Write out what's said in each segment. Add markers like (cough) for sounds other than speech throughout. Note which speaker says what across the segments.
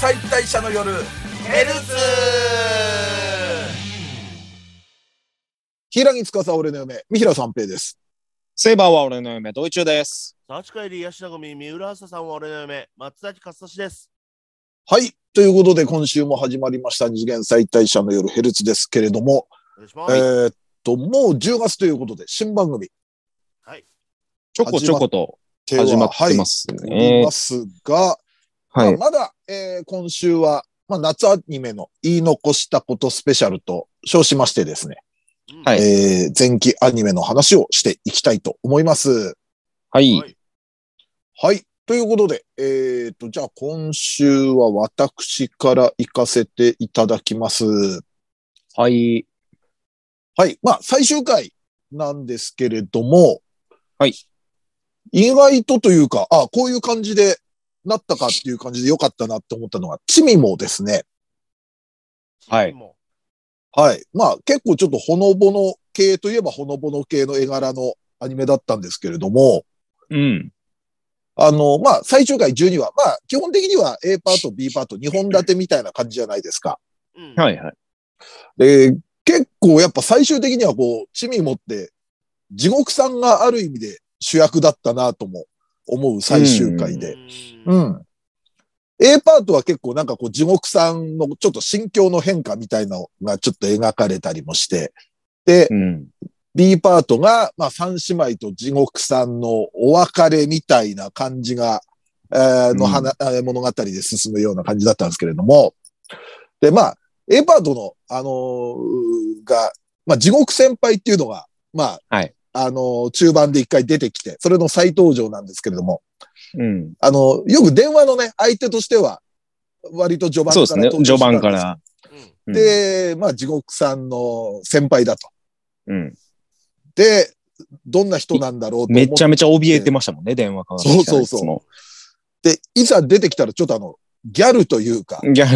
Speaker 1: 解体者の夜ヘルツ
Speaker 2: 平木司俺の嫁、三平三平です。
Speaker 3: セイバーは俺の夢、同意中です。
Speaker 4: 立ち返り癒しなごみ、三浦朝さんは俺の嫁、松崎勝利です。
Speaker 2: はい。ということで、今週も始まりました、二次元再退社の夜ヘルツですけれども、
Speaker 4: お願いします。
Speaker 2: えーっと、もう10月ということで、新番組、
Speaker 3: ちょこちょこと
Speaker 2: 手は
Speaker 3: 始まってます
Speaker 2: はいおり
Speaker 3: ね
Speaker 2: ま。すが、
Speaker 3: はい。
Speaker 2: まあまだ、えー今週は、まあ、夏アニメの言い残したことスペシャルと称しましてですね、
Speaker 4: うん
Speaker 3: はい
Speaker 2: えー前期アニメの話をしていきたいと思います。
Speaker 3: はい。
Speaker 2: はい。ということで、えーっと、じゃあ今週は私から行かせていただきます。
Speaker 3: はい。
Speaker 2: はい。まあ、最終回なんですけれども、
Speaker 3: はい。
Speaker 2: 意外とというか、あこういう感じでなったかっていう感じでよかったなって思ったのが、チミもですね、
Speaker 3: はい
Speaker 4: チームも
Speaker 2: はい。まあ、結構ちょっとほのぼの系といえばほのぼの系の絵柄のアニメだったんですけれども、
Speaker 3: うん。
Speaker 2: あの、まあ、最終回12話、まあ、基本的には A パート、B パート、2本立てみたいな感じじゃないですか。
Speaker 4: うん
Speaker 3: はいはい。
Speaker 2: で、結構やっぱ最終的にはこう、地味持って、地獄さんがある意味で主役だったなとも思う最終回で。
Speaker 4: う。
Speaker 2: うんん。A パートは結構なんかこう地獄さんのちょっと心境の変化みたいなのがちょっと描かれたりもして、で、
Speaker 3: うん。
Speaker 2: B パートが、まあ、三姉妹と地獄さんのお別れみたいな感じが、えーの話、えー物語で進むような感じだったんですけれども、で、まあ、A パートの、あのーが、まあ、地獄先輩っていうのが、まあ、
Speaker 3: はい
Speaker 2: あのー中盤で一回出てきて、それの再登場なんですけれども、
Speaker 3: うん。
Speaker 2: あのーよく電話のね、相手としては、割と序盤
Speaker 3: そ
Speaker 2: か
Speaker 3: う
Speaker 2: ら
Speaker 3: ですね。
Speaker 2: 登場
Speaker 3: 序
Speaker 2: してたん
Speaker 3: 盤
Speaker 2: です
Speaker 3: から。うん。
Speaker 2: で、まあ、地獄さんの先輩だと。
Speaker 3: うん。
Speaker 2: で、どんな人なんだろうと思っ
Speaker 3: め
Speaker 2: て。
Speaker 3: ちゃめちゃ怯えてましたもんね、電話から。
Speaker 2: そうそうそう
Speaker 3: いつも
Speaker 2: で、いざ出てきたらちょっとあの、ギャルというか、
Speaker 3: (laughs) いや、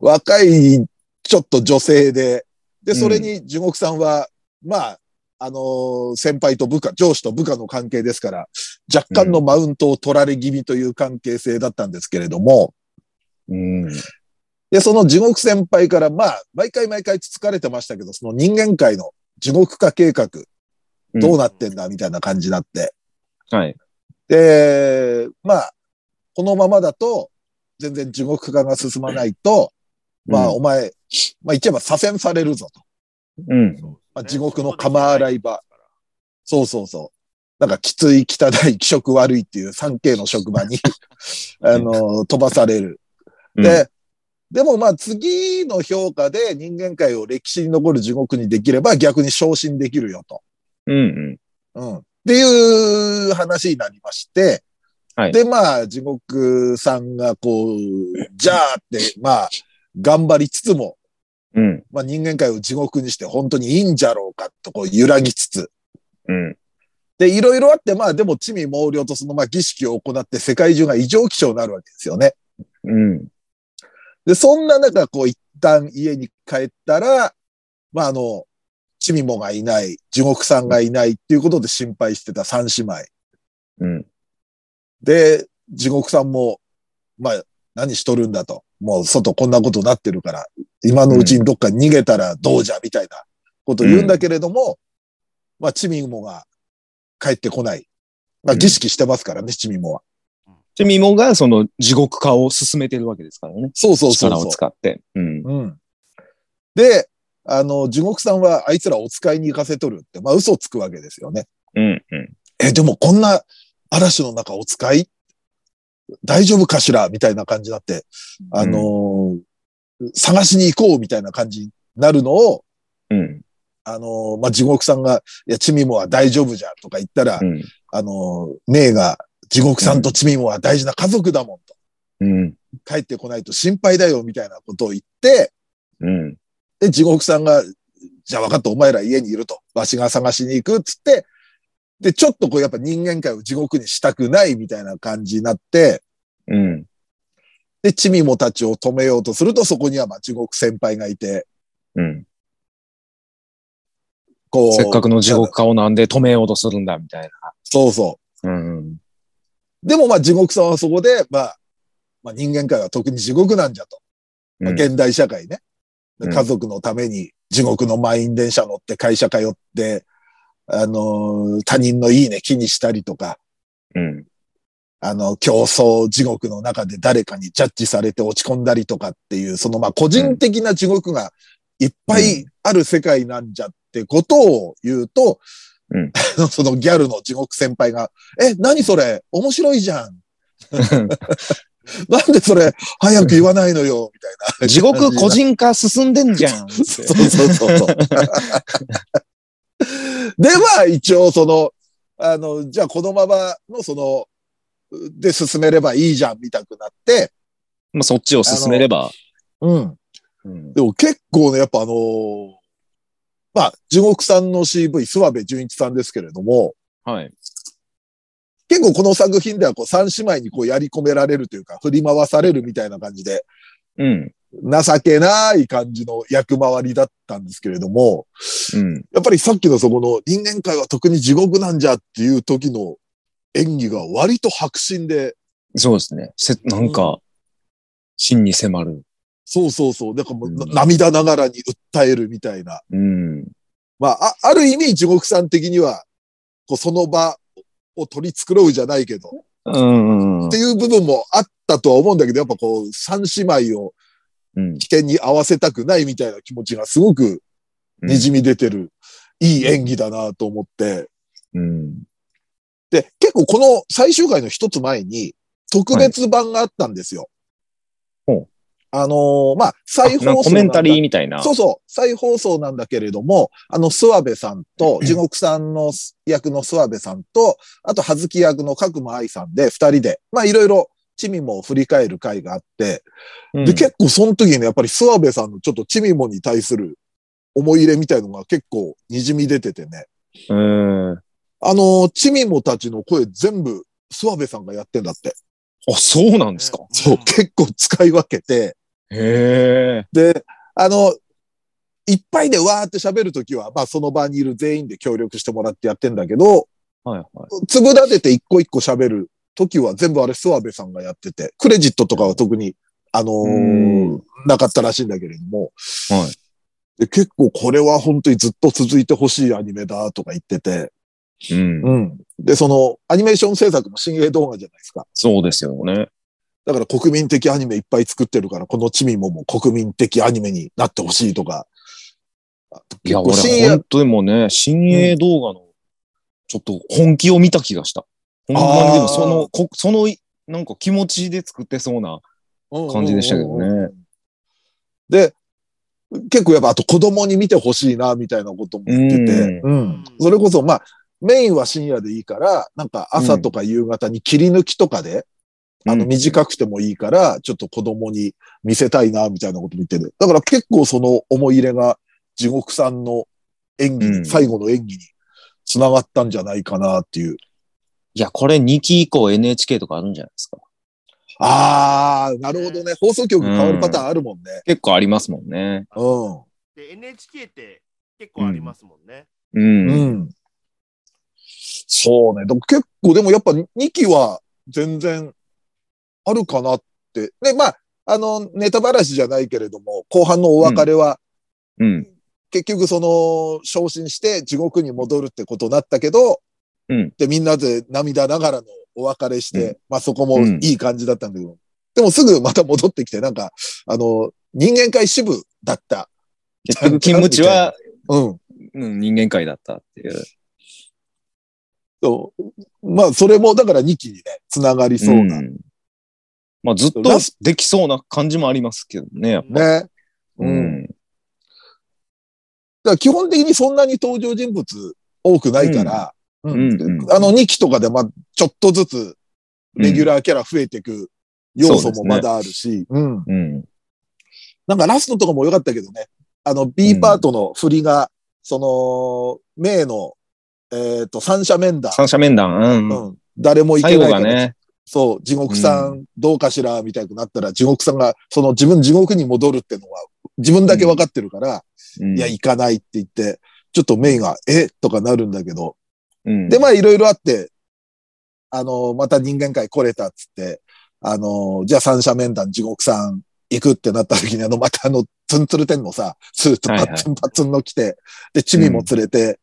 Speaker 2: 若いちょっと女性で、で、それに地獄さんは、まあ、あのー先輩と部下、上司と部下の関係ですから、若干のマウントを取られ気味という関係性だったんですけれども、
Speaker 3: うん。
Speaker 2: で、その地獄先輩から、まあ、毎回毎回つつかれてましたけど、その人間界の地獄化計画、どうなってんだみたいな感じになって、
Speaker 3: はい。
Speaker 2: で、まあ、このままだと、全然地獄化が進まないと、まあ、お前、まあ、言っちゃえば左遷されるぞと。
Speaker 3: うん。
Speaker 2: まあ、地獄の釜洗い場。そうそうそう。なんか、きつい、汚い、気色悪いっていう 3K の職場
Speaker 3: (laughs)
Speaker 2: に、あの、飛ばされる。で、でもまあ、次の評価で人間界を歴史に残る地獄にできれば、逆に昇進できるよと。
Speaker 3: うんうん。
Speaker 2: うん。っていう話になりまして、
Speaker 3: はい
Speaker 2: で、まあ、地獄さんがこう、じゃあって、まあ、頑張りつつも、
Speaker 3: うん。
Speaker 2: まあ人間界を地獄にして本当にいいんじゃろうかとこう揺らぎつつ。
Speaker 3: うん。
Speaker 2: で、いろいろあって、まあでも、地味猛量とそのまあ儀式を行って世界中が異常気象になるわけですよね。
Speaker 3: うん。
Speaker 2: で、そんな中、こう、一旦家に帰ったら、まあ、あの、チミモがいない、地獄さんがいないっていうことで心配してた三姉妹。
Speaker 3: うん。
Speaker 2: で、地獄さんも、まあ、何しとるんだと。もう外こんなことになってるから、今のうちにどっかに逃げたらどうじゃ、みたいなことを言うんだけれども、まあ、チミモが帰ってこない。まあ、儀式してますからね、チミモは。
Speaker 3: で、ミモがその地獄化を進めてるわけですからね。
Speaker 2: そうそうそう
Speaker 3: 力
Speaker 2: そ
Speaker 3: を
Speaker 2: う。
Speaker 3: 使って。うん。
Speaker 2: うん。で、あの、地獄さんはあいつらお使いに行かせとるって、まあ嘘をつくわけですよね。
Speaker 3: うん。うん。
Speaker 2: え、でもこんな嵐の中お使い大丈夫かしらみたいな感じになって、あのー探しに行こうみたいな感じになるのを、
Speaker 3: うん。
Speaker 2: あのーまあ、地獄さんが、いや、チミモは大丈夫じゃとか言ったら、
Speaker 3: うん。
Speaker 2: あのー姉が地獄さんとチミモは大事な家族だもんと。
Speaker 3: うん。
Speaker 2: 帰ってこないと心配だよみたいなことを言って、
Speaker 3: うん。
Speaker 2: で、地獄さんが、じゃあ分かった、お前ら家にいると。わしが探しに行くっつって、で、ちょっとこうやっぱ人間界を地獄にしたくないみたいな感じになって、
Speaker 3: うん。
Speaker 2: で、チミモたちを止めようとすると、そこにはまあ地獄先輩がいて、
Speaker 3: うん。
Speaker 2: こう。
Speaker 3: せっかくの地獄化をなんで止めようとするんだ、みたい
Speaker 2: そうそ
Speaker 3: な。うん。
Speaker 2: う。でもまあ地獄さんはそこで、まあ、まあ人間界は特に地獄なんじゃと。まあ
Speaker 3: うん
Speaker 2: 現代社会ね。で
Speaker 3: うん
Speaker 2: 家族のために地獄の満員電車乗って会社通って、あのー他人のいいね気にしたりとか、
Speaker 3: うん。
Speaker 2: あの、競争地獄の中で誰かにジャッジされて落ち込んだりとかっていう、そのまあ個人的な地獄がいっぱいある世界なんじゃってことを言うと、
Speaker 3: うん
Speaker 2: (laughs) そのギャルの地獄先輩が、え、何それ面白いじゃん。なんでそれ早く言わないのよ、みたいな。
Speaker 3: 地獄個人化進んでんじゃん。
Speaker 2: そうそうそうそう。 (laughs) で、まあ一応その、あの、じゃあこのままのその、で進めればいいじゃん、みたくなって、
Speaker 3: まあ、そっちを進めれば。
Speaker 2: うん。
Speaker 3: うん
Speaker 2: でも結構ね、やっぱあのーまあ、地獄さんの CV、諏訪部純一さんですけれども、
Speaker 3: はい。
Speaker 2: 結構この作品ではこう三姉妹にこうやり込められるというか、振り回されるみたいな感じで、
Speaker 3: うん。
Speaker 2: 情けない感じの役回りだったんですけれども、
Speaker 3: うん。
Speaker 2: やっぱりさっきのそこの人間界は特に地獄なんじゃっていう時の演技が割と迫真で、
Speaker 3: そうですね。せ、なんか、真に迫る。
Speaker 2: そうそうそう、なんかもうな
Speaker 3: うん
Speaker 2: 涙ながらに訴えるみたいな。
Speaker 3: うん。
Speaker 2: まあ、あある意味地獄さん的には、こうその場を取り繕うじゃないけど、っ
Speaker 3: うん。
Speaker 2: ていう部分もあったとは思うんだけど、やっぱこう三姉妹を
Speaker 3: うん。
Speaker 2: 危険に合わせたくないみたいな気持ちがすごく滲み出てる、いい演技だなと思って、
Speaker 3: うん。
Speaker 2: で、結構この最終回の一つ前に、特別版があったんですよ。
Speaker 3: はいほう
Speaker 2: あのーまあ、再
Speaker 3: なん
Speaker 2: 放
Speaker 3: か
Speaker 2: 送
Speaker 3: コ
Speaker 2: な
Speaker 3: メ
Speaker 2: ん
Speaker 3: ン
Speaker 2: だ
Speaker 3: タリーみたいな。
Speaker 2: そうそう、再放送なんだけれども、あの、諏訪部さんと、地獄さんの役の諏訪部さんと、あと、葉月役の角間愛さんで、二人で、まあ、いろいろ、チミモを振り返る回があって、
Speaker 3: うん
Speaker 2: で、結構その時にね、やっぱり諏訪部さんのちょっとチミモに対する思い入れみたいのが結構滲み出ててね。
Speaker 3: うん。あ、
Speaker 2: あの、チミモたちの声全部、諏訪部さんがやってんだって。
Speaker 3: そうなんですか。
Speaker 2: そう、結構使い分けて。
Speaker 3: へえ。
Speaker 2: で、あの、いっぱいでわーって喋るときは、まあその場にいる全員で協力してもらってやってんだけど、
Speaker 3: はいはい。
Speaker 2: つぶ立てて一個一個喋るときは全部あれ諏訪部さんがやってて、クレジットとかは特に、あのー
Speaker 3: うん
Speaker 2: なかったらしいんだけれども。
Speaker 3: は
Speaker 2: で結構これは本当にずっと続いてほしいアニメだとか言ってて。
Speaker 3: うん。
Speaker 2: うん。で、その、アニメーション制作も新鋭動画じゃないですか。
Speaker 3: そうですよね。
Speaker 2: だから国民的アニメいっぱい作ってるから、このチミももう国民的アニメになってほしいとか。
Speaker 3: いや、
Speaker 2: 結構
Speaker 3: 俺、
Speaker 2: 深夜
Speaker 3: 本当でもね、新鋭動画の、ちょっと本気を見た気がした。
Speaker 2: ん
Speaker 3: ほんまにでも、その、こその、なんか気持ちで作ってそうな。感じでしたけどね
Speaker 2: うんうんうんうん。で、結構やっぱあと子供に見てほしいな、みたいなことも言ってて。うんそれこそまあ、メインは深夜でいいから、なんか朝とか夕方に切り抜きとかで、あの
Speaker 3: うん
Speaker 2: 短くてもいいから、ちょっと子供に見せたいな、みたいなこと言ってて。だから結構その思い入れが地獄さんの演技に、
Speaker 3: うん
Speaker 2: 最後の演技に繋がったんじゃないかなっていう。
Speaker 3: いや、これ2期以降 NHK とかあるんじゃないですか。
Speaker 2: あー、なるほどね。放送局変わるパターンあるもんね。
Speaker 3: 結構ありますもんね。
Speaker 2: う
Speaker 4: で NHK って結構ありますもんね。
Speaker 3: うん。
Speaker 2: ん。うん。そうね。でも結構、でもやっぱ2期は全然あるかなって。で、まあ、あの、ネタばらしじゃないけれども、後半のお別れは、
Speaker 3: うん。
Speaker 2: 結局その、昇進して地獄に戻るってことになったけど、
Speaker 3: うん
Speaker 2: で、みんなで涙ながらのお別れして、
Speaker 3: う
Speaker 2: まあそこも
Speaker 3: うん
Speaker 2: いい感じだったんだけど、でもすぐまた戻ってきて、なんか、あの、人間界支部だった。
Speaker 3: 結局、キムチは、
Speaker 2: うん。
Speaker 3: うん、人間界だったっていう。
Speaker 2: そうまあそれもだから2期にね、つながりそうな。
Speaker 3: んまあ、ずっと
Speaker 2: ラス
Speaker 3: できそうな感じもありますけどね、やっぱ。
Speaker 2: ね。う。
Speaker 3: うん
Speaker 2: だ
Speaker 3: ん。
Speaker 2: から基本的にそんなに登場人物多くないから、
Speaker 3: んうんうん
Speaker 2: あの2期とかでまあちょっとずつレギュラーキャラ増えていく要素もまだあるし、うん。
Speaker 3: うん。
Speaker 2: なんかラストとかも良かったけどね。あの B パートの振りが、その、名の、えっ、と、三者面談。
Speaker 3: 三者面談。うん。
Speaker 2: うん。誰も行け
Speaker 3: 最
Speaker 2: な
Speaker 3: 後
Speaker 2: いか
Speaker 3: が
Speaker 2: ら、
Speaker 3: ね、
Speaker 2: そう、地獄さんどうかしら、みたいになったら、地獄さんが、その自分地獄に戻るってのは、自分だけ分かってるから、
Speaker 3: うん
Speaker 2: いや、行かないって言って、ちょっとメイが、えとかなるんだけど、
Speaker 3: うん
Speaker 2: で、まあ、いろいろあって、あの、また人間界来れたっつって、あの、じゃあ三者面談地獄さん行くってなった時に、あの、またあの、ツンツルテンのさ、スーツパ
Speaker 3: はいはい
Speaker 2: ッツンパッツンの来て、で、チビも連れて、
Speaker 3: うん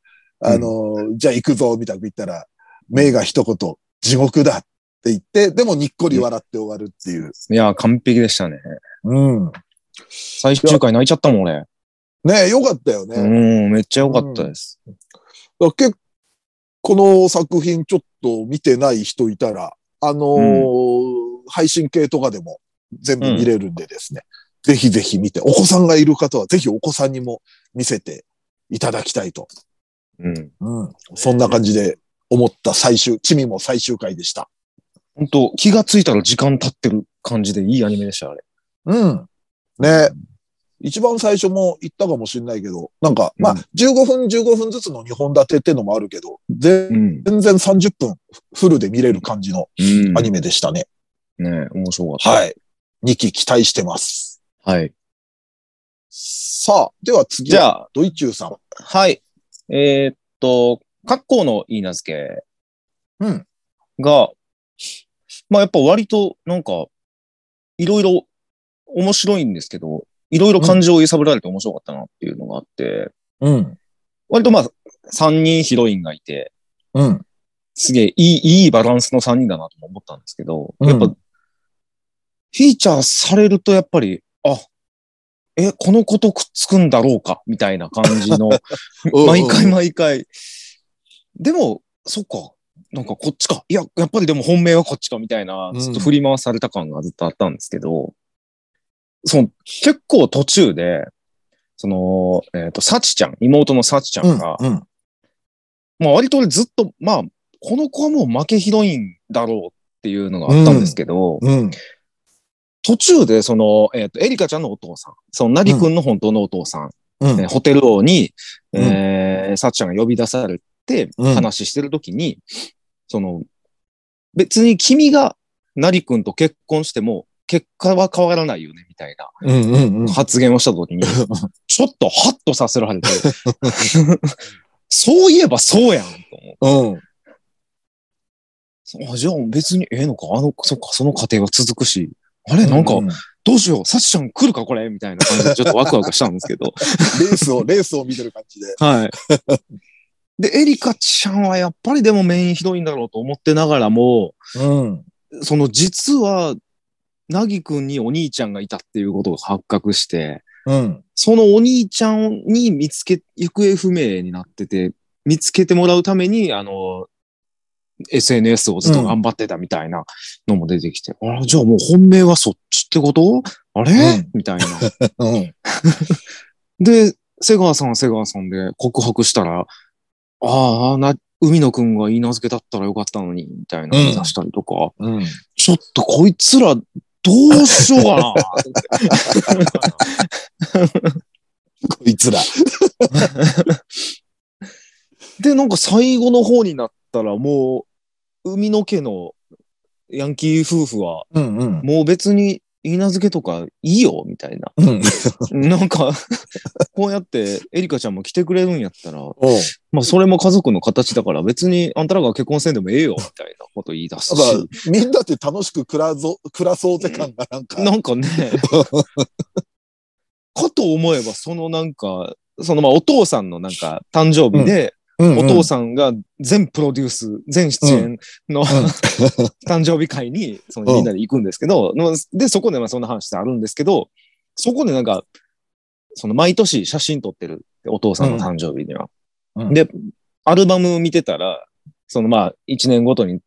Speaker 2: あの、じゃあ行くぞ、みたいなこと言ったら、メイが一言、地獄だって言って、でもにっこり笑って終わるっていう。
Speaker 3: いや、完璧でしたね。
Speaker 2: うん。
Speaker 3: 最終回泣いちゃったもん、俺。
Speaker 2: ねえ、よかったよね。
Speaker 3: うん、めっちゃ良かったです。
Speaker 2: だから結構この作品ちょっと見てない人いたら、あのー配信系とかでも全部見れるんでですね、ぜひぜひ見て、お子さんがいる方はぜひお子さんにも見せていただきたいと。
Speaker 3: うん。
Speaker 2: うん。そんな感じで思った最終、チミも最終回でした。
Speaker 3: 本当気がついたら時間経ってる感じでいいアニメでした、あれ。
Speaker 2: うん。ね一番最初も言ったかもしれないけど、なんか、まあ
Speaker 3: うん、
Speaker 2: 15分15分ずつの2本立てってのもあるけど、全
Speaker 3: ん。
Speaker 2: 然30分フルで見れる感じの
Speaker 3: うん
Speaker 2: アニメでしたね。
Speaker 3: ね面白かった。
Speaker 2: はい。2期期待してます。
Speaker 3: はい。
Speaker 2: さあ、では次
Speaker 3: じ
Speaker 2: は、
Speaker 3: ゃあ、
Speaker 2: ドイチューさん。
Speaker 3: はい。えーっと、格好のいいなずけ。
Speaker 2: うん
Speaker 3: が、まあやっぱ割となんか、いろいろ面白いんですけど、いろいろ感情を揺さぶられて面白かったなっていうのがあって、
Speaker 2: うん。
Speaker 3: 割とまあ3人ヒロインがいて、
Speaker 2: うん。
Speaker 3: すげえいい、いいバランスの3人だなとも思ったんですけど、
Speaker 2: うん
Speaker 3: やっぱ、フィーチャーされるとやっぱり、あ、え、この子とくっつくんだろうかみたいな感じ
Speaker 2: (laughs)
Speaker 3: の、毎回毎回。でも、そっか。なんかこっちか。いや、やっぱりでも本命はこっちかみたいな
Speaker 2: う、ん
Speaker 3: ずっと振り回された感がずっとあったんですけど、その、結構途中で、その、えっ、と、サチちゃん、妹のサチちゃんが、
Speaker 2: うん。うん。
Speaker 3: まあ割と俺ずっと、まあ、この子はもう負けヒロインだろうっていうのがあったんですけど、
Speaker 2: うん。
Speaker 3: 途中でその、えっ、と、エリカちゃんのお父さん、その、ナリ君の本当のお父さん
Speaker 2: うん。
Speaker 3: えーホテル王に、
Speaker 2: うん
Speaker 3: えー、サッチャンが呼び出されて、
Speaker 2: うん
Speaker 3: 話してるときに、その、別に君がナリ君と結婚しても、結果は変わらないよね、みたいな
Speaker 2: うん。うん。
Speaker 3: 発言をしたと
Speaker 2: (laughs)
Speaker 3: きに、ちょっとハッとさせられて、 (laughs) そういえばそうやん、と思
Speaker 2: うん。
Speaker 3: う。あじゃあ別にええのか、あの、そっか、その過程は続くし、あれ、なんか、
Speaker 2: うレ
Speaker 3: どうしよう、サッチャン来るか、これ、みたいな感じで、ちょっとワクワクしたんですけど、
Speaker 2: ースを、レ (laughs) ースを見てる感じで。
Speaker 3: はい。で、エリカちゃんはやっぱりでもメインヒロインだろうと思ってながらも、
Speaker 2: うん。
Speaker 3: その実は、ナギくんにお兄ちゃんがいたっていうことが発覚して、
Speaker 2: うん。
Speaker 3: そのお兄ちゃんに見つけ、行方不明になってて、見つけてもらうために、あの、SNS をずっと頑張ってたみたいなのも出てきて、ああ、じゃあもう本命はそっちってことあれ、
Speaker 2: うん
Speaker 3: みたいな。
Speaker 2: うん。
Speaker 3: で、瀬川さんは瀬川さんで告白したら、ああ、な、海野くんが言い名付けだったらよかったのに、みたいな
Speaker 2: うん
Speaker 3: 言い出したりとか、
Speaker 2: うん。
Speaker 3: ちょっとこいつらどうしようかな。
Speaker 2: こいつら。
Speaker 3: で、なんか最後の方になったらもう、海野家のヤンキー夫婦は、
Speaker 2: うん。うん。
Speaker 3: もう別に言い名付けとかいいよ、みた
Speaker 2: (laughs)
Speaker 3: いな。
Speaker 2: うん。
Speaker 3: なんか、こうやってエリカちゃんも来てくれるんやったら、
Speaker 2: おう
Speaker 3: まあ、それも家族の形だから別にあんたらが結婚せんでもええよ、みたいなこと言い出す
Speaker 2: だから (laughs)
Speaker 3: し。、
Speaker 2: みんなで楽しく暮らぞ、暮らそうぜ感がなんか。
Speaker 3: なんか
Speaker 2: (laughs)
Speaker 3: ね、かと思えばそのなんか、そのまあお父さんのなんか誕生日で、
Speaker 2: うん
Speaker 3: お父さんが全プロデュース、全出演の、誕生日会にその
Speaker 2: うん
Speaker 3: みんなで行くんですけど、ので、そこでまあそんな話ってあるんですけど、そこでなんか、その毎年写真撮ってるってお父さんの誕生日には。
Speaker 2: うん
Speaker 3: で、アルバム見てたら、そのまあ一年ごとに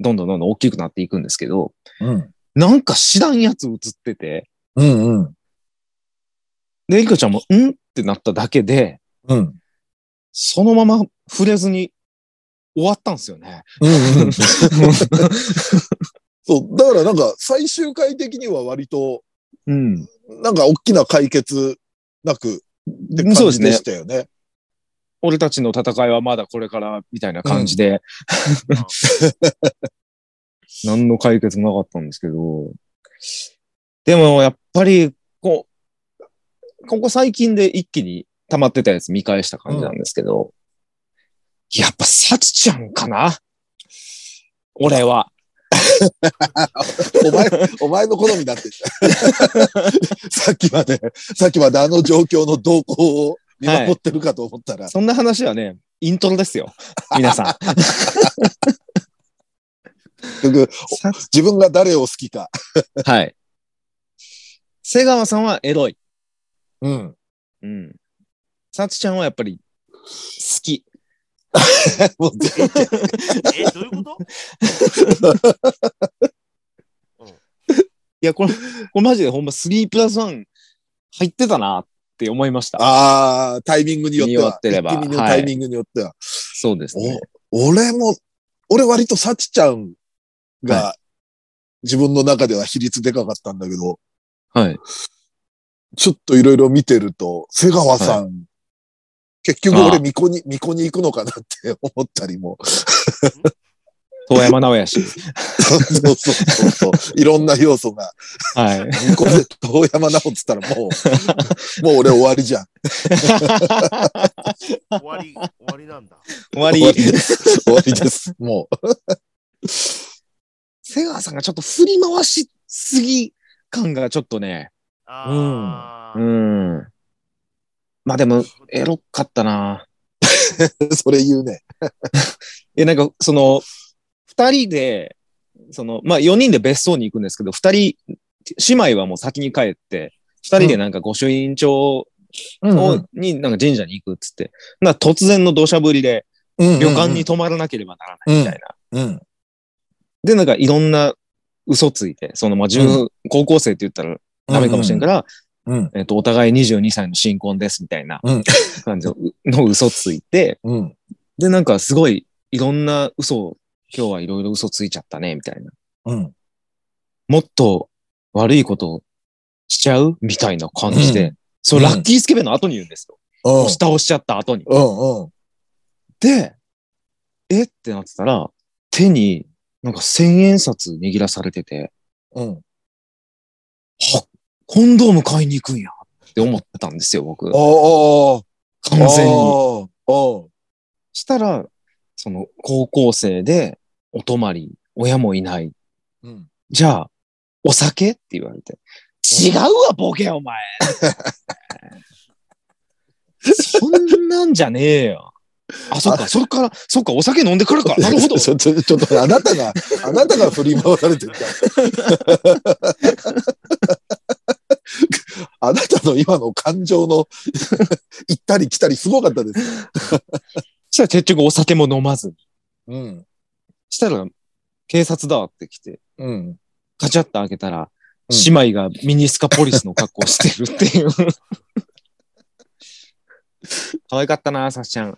Speaker 3: どんどんどんどん大きくなっていくんですけど、
Speaker 2: うん。
Speaker 3: なんか知らんやつ写ってて、
Speaker 2: うん。うん。
Speaker 3: で、エリカちゃんも、んってなっただけで、
Speaker 2: うん。
Speaker 3: そのまま触れずに終わったんですよ
Speaker 2: (laughs)
Speaker 3: ね。
Speaker 2: うんうんそう、だからなんか最終回的には割と、
Speaker 3: うん。
Speaker 2: なんか大きな解決なくって感
Speaker 3: そうです
Speaker 2: じ
Speaker 3: ね
Speaker 2: でしたよね。
Speaker 3: 俺たちの戦いはまだこれから、みたいな感じで。 (laughs) 何の解決もなかったんですけど。でも、やっぱり、こう、ここ最近で一気に溜まってたやつ見返した感じなんですけど、やっぱ、サチちゃんかな俺は。
Speaker 2: お
Speaker 3: (laughs)
Speaker 2: 前、お前の好みだって。 (laughs) さっきまで、さっきまであの状況の動向を見守ってるかと思ったら、
Speaker 3: そんな話はね、イントロですよ。皆さん。
Speaker 2: 結局
Speaker 3: さ
Speaker 2: 自分が誰を好きか。
Speaker 3: はい。瀬川さんはエロい。
Speaker 2: うん。
Speaker 3: うん。さつちゃんはやっぱり好き。
Speaker 2: もう全
Speaker 4: え、どういうこと
Speaker 3: いや、これ、これマジでほんま3プラス1入ってたなって思いました。
Speaker 2: (laughs) ああ、タイミングによって
Speaker 3: によ
Speaker 2: は。
Speaker 3: ってれば
Speaker 2: 君のタイミングによっては。
Speaker 3: そうですね。
Speaker 2: お俺も、俺割とサチちゃんが、自分の中では比率でかかったんだけど、
Speaker 3: はい。
Speaker 2: ちょっといろいろ見てると、瀬川さん、結局
Speaker 3: あ
Speaker 2: 俺
Speaker 3: あ
Speaker 2: 巫女に、巫女に行くのかなって思ったりも、
Speaker 3: 遠山直哉氏。 (laughs)
Speaker 2: そうそうそうそう、いろんな要素が、
Speaker 3: はい。
Speaker 2: 巫女で遠山直っつったらもう、もう俺終わりじゃん。
Speaker 4: 終わり、終わりなんだ。
Speaker 3: 終わ
Speaker 2: 終
Speaker 3: り
Speaker 2: わ。りです。終わりです。もう。
Speaker 3: 瀬川さんがちょっと振り回しすぎ感がちょっとね。
Speaker 4: あー
Speaker 3: ん。まあでも、エロかったな。
Speaker 2: それ言うね。
Speaker 3: え、なんか、その、二人で、その、まあ、四人で別荘に行くんですけど、二人、姉妹はもう先に帰って、二人でなんか御朱印帳を、に、なんか神社に行くっつって、なんか突然の土砂降りで、旅館に泊まらなければならないみたいな。
Speaker 2: うん。
Speaker 3: で、なんかいろんな嘘ついて、その、まあ、十、
Speaker 2: う
Speaker 3: 高校生って言ったらダメかもしれんから、
Speaker 2: うん。
Speaker 3: えっと、お互い22歳の新婚ですみたいな
Speaker 2: うん
Speaker 3: 感じのの嘘ついて、
Speaker 2: うん。
Speaker 3: で、なんかすごい、いろんな嘘を、今日はいろいろ嘘ついちゃったね、みたいな。
Speaker 2: うん。
Speaker 3: もっと悪いことをしちゃうみたいな感じで、
Speaker 2: う
Speaker 3: そううんラッキースケベの後に言うんですよ。
Speaker 2: うん。
Speaker 3: 押し倒しちゃった後に。
Speaker 2: うんうん。
Speaker 3: で、えってなってたら、手になんか千円札握らされてて、
Speaker 2: うん。
Speaker 3: はコンドーム買いに行くんやって思ったんですよ、僕。完
Speaker 2: おーおー
Speaker 3: 全に。
Speaker 2: おーおー
Speaker 3: したら、その高校生でお泊まり、親もいない。
Speaker 2: うん。
Speaker 3: じゃあ、お酒って言われて。違うわ、ボケ、お前。そんなんじゃねえよ。あ、そっか、それから、そっか、お酒飲んでくる
Speaker 2: (laughs)
Speaker 3: から。なるほど。
Speaker 2: ちょちょちょっと、あなたが、あなたが振り回されてるから。 (laughs) あなたの今の感情の (laughs) 行ったり来たりすごかったです。
Speaker 3: したら結局お酒も飲まずに。
Speaker 2: うん。
Speaker 3: したら、警察だって来て、
Speaker 2: うん。
Speaker 3: カチャッと開けたら、
Speaker 2: うん
Speaker 3: 姉妹がミニスカポリスの格好をしてるっていう。可愛かったな、サシちゃん。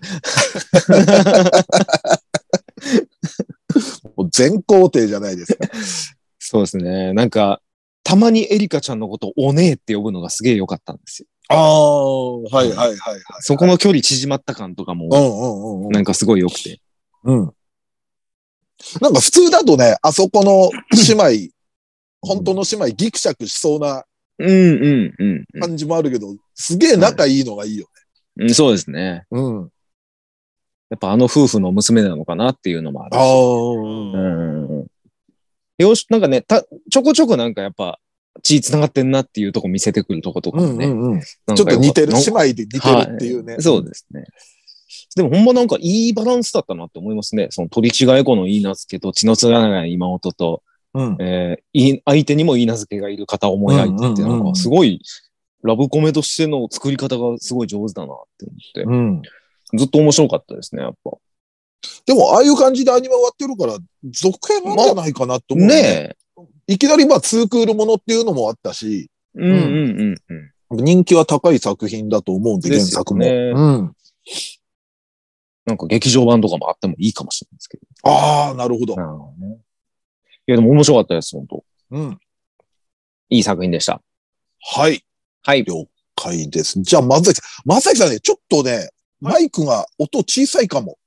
Speaker 2: もう全肯定じゃないですか。
Speaker 3: そうですね。なんか、たまにエリカちゃんのことをお姉って呼ぶのがすげえ良かったんですよ。
Speaker 2: ああ、はいはいはいはい。
Speaker 3: そこの距離縮まった感とか
Speaker 2: う
Speaker 3: も、
Speaker 2: んうんうんうん
Speaker 3: なんかすごい良くて。
Speaker 2: うん。なんか普通だとね、あそこの姉妹、本当の姉妹ギクシャクしそうな
Speaker 3: うんうんうん
Speaker 2: 感じもあるけど、すげえ仲いいのがいいよ。
Speaker 3: うん。そうですね。
Speaker 2: うん。あ
Speaker 3: やっぱあの夫婦の娘なのかなっていうのもある
Speaker 2: あ
Speaker 3: し。
Speaker 2: ー、
Speaker 3: うん。よし、なんかね、た、ちょこちょこなんかやっぱ、血繋がってんなっていうとこ見せてくるとこと
Speaker 2: う
Speaker 3: かも
Speaker 2: んう
Speaker 3: ね。
Speaker 2: んうん。
Speaker 3: なん
Speaker 2: ちょっ
Speaker 3: か
Speaker 2: と
Speaker 3: よか
Speaker 2: 似てる。
Speaker 3: な
Speaker 2: 姉妹で似てるっていうね。
Speaker 3: そうですね。でもほんまなんかいいバランスだったなって思いますね。その取り違え子のいいなずけと血のつらない今音と、
Speaker 2: うん。
Speaker 3: えーいい相手にもいいなずけがいる方を思い合いってって、
Speaker 2: うんうん
Speaker 3: な
Speaker 2: うん
Speaker 3: んかすごいラブコメとしての作り方がすごい上手だなって思っ
Speaker 2: うん。
Speaker 3: て、ずっと面白かったですね、やっぱ。
Speaker 2: でも、ああいう感じでアニメ終わってるから、続編なんじゃないかなと思う。
Speaker 3: ねえ。
Speaker 2: いきなりまあ、ツークールものっていうのもあったし、
Speaker 3: うんうんうんうん。
Speaker 2: 人気は高い作品だと思うんで、
Speaker 3: で
Speaker 2: 原
Speaker 3: すよ
Speaker 2: 作も。
Speaker 3: ね
Speaker 2: うん。
Speaker 3: なんか劇場版とかもあってもいいかもしれないですけど。
Speaker 2: ああ、なるほど。
Speaker 3: なるほどね。いや、でも面白かったです、本当
Speaker 2: うん。
Speaker 3: いい作品でした。
Speaker 2: はい。
Speaker 3: はい。
Speaker 2: 了解です。じゃあ、松崎さん。松崎さんね、ちょっとね、マイクが音小さいかも。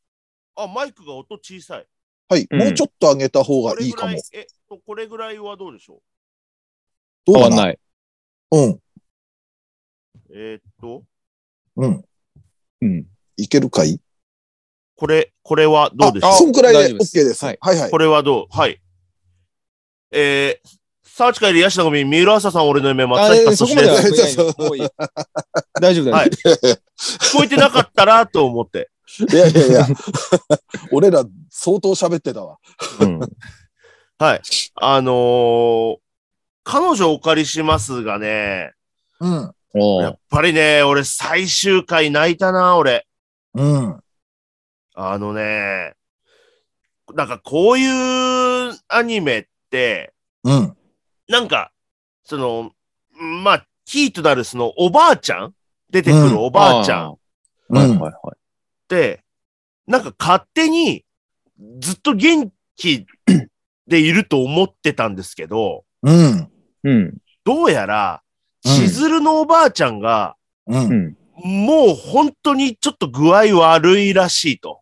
Speaker 4: あ、マイクが音小さい。
Speaker 2: はい。
Speaker 3: うん
Speaker 2: もうちょっと上げた方
Speaker 4: こ
Speaker 2: が
Speaker 4: れ
Speaker 2: いい
Speaker 4: ぐ
Speaker 2: か
Speaker 4: ら
Speaker 2: も
Speaker 4: い。、えっと、これぐらいはどうでしょう
Speaker 2: どうか
Speaker 3: 変わん
Speaker 2: な
Speaker 3: ない。
Speaker 2: うん。
Speaker 4: えーっと、
Speaker 2: うん。
Speaker 3: うん。
Speaker 2: いけるかい
Speaker 4: これ、これはどうでし
Speaker 2: あ
Speaker 4: ょ
Speaker 2: そんくらい
Speaker 3: 大
Speaker 2: で
Speaker 3: 丈
Speaker 2: OK
Speaker 3: 夫
Speaker 2: で。
Speaker 3: です
Speaker 2: ですは
Speaker 3: はいい
Speaker 2: はい。
Speaker 4: うこれはどうはい。えー、沢地会で癒しのゴミ、三浦朝さん、俺の夢、松
Speaker 3: あ
Speaker 4: 崎
Speaker 3: え
Speaker 4: か
Speaker 3: ー
Speaker 4: そ
Speaker 3: そこ
Speaker 4: し
Speaker 3: ま
Speaker 4: て
Speaker 3: で
Speaker 4: で
Speaker 3: は
Speaker 4: す。
Speaker 3: いやいやもういい大丈夫
Speaker 4: は
Speaker 3: だ
Speaker 4: い。聞こえてなかったらと思って。
Speaker 2: いやいやいや。俺ら相当喋ってたわ。
Speaker 3: うん
Speaker 4: はい。あのー彼女お借りしますがね、
Speaker 2: うん。
Speaker 3: (laughs) お
Speaker 4: や
Speaker 3: う
Speaker 4: っぱりね、俺最終回泣いたな、俺。
Speaker 2: うん。
Speaker 4: あのね、なんかこういうアニメって、
Speaker 2: うん。
Speaker 4: なんか、その、まあ、キーとなるそのおばあちゃん出てく
Speaker 2: うん
Speaker 4: るおばあちゃんっ
Speaker 3: ーはいはい
Speaker 2: うん
Speaker 3: はい。
Speaker 4: て、なんか勝手にずっと元気でいると思ってたんですけど、
Speaker 2: うん。
Speaker 3: うん。
Speaker 4: どうやら、
Speaker 2: うん
Speaker 4: しずるのおばあちゃんが、
Speaker 2: うん。う。
Speaker 3: うんん。
Speaker 4: もう本当にちょっと具合悪いらしいと。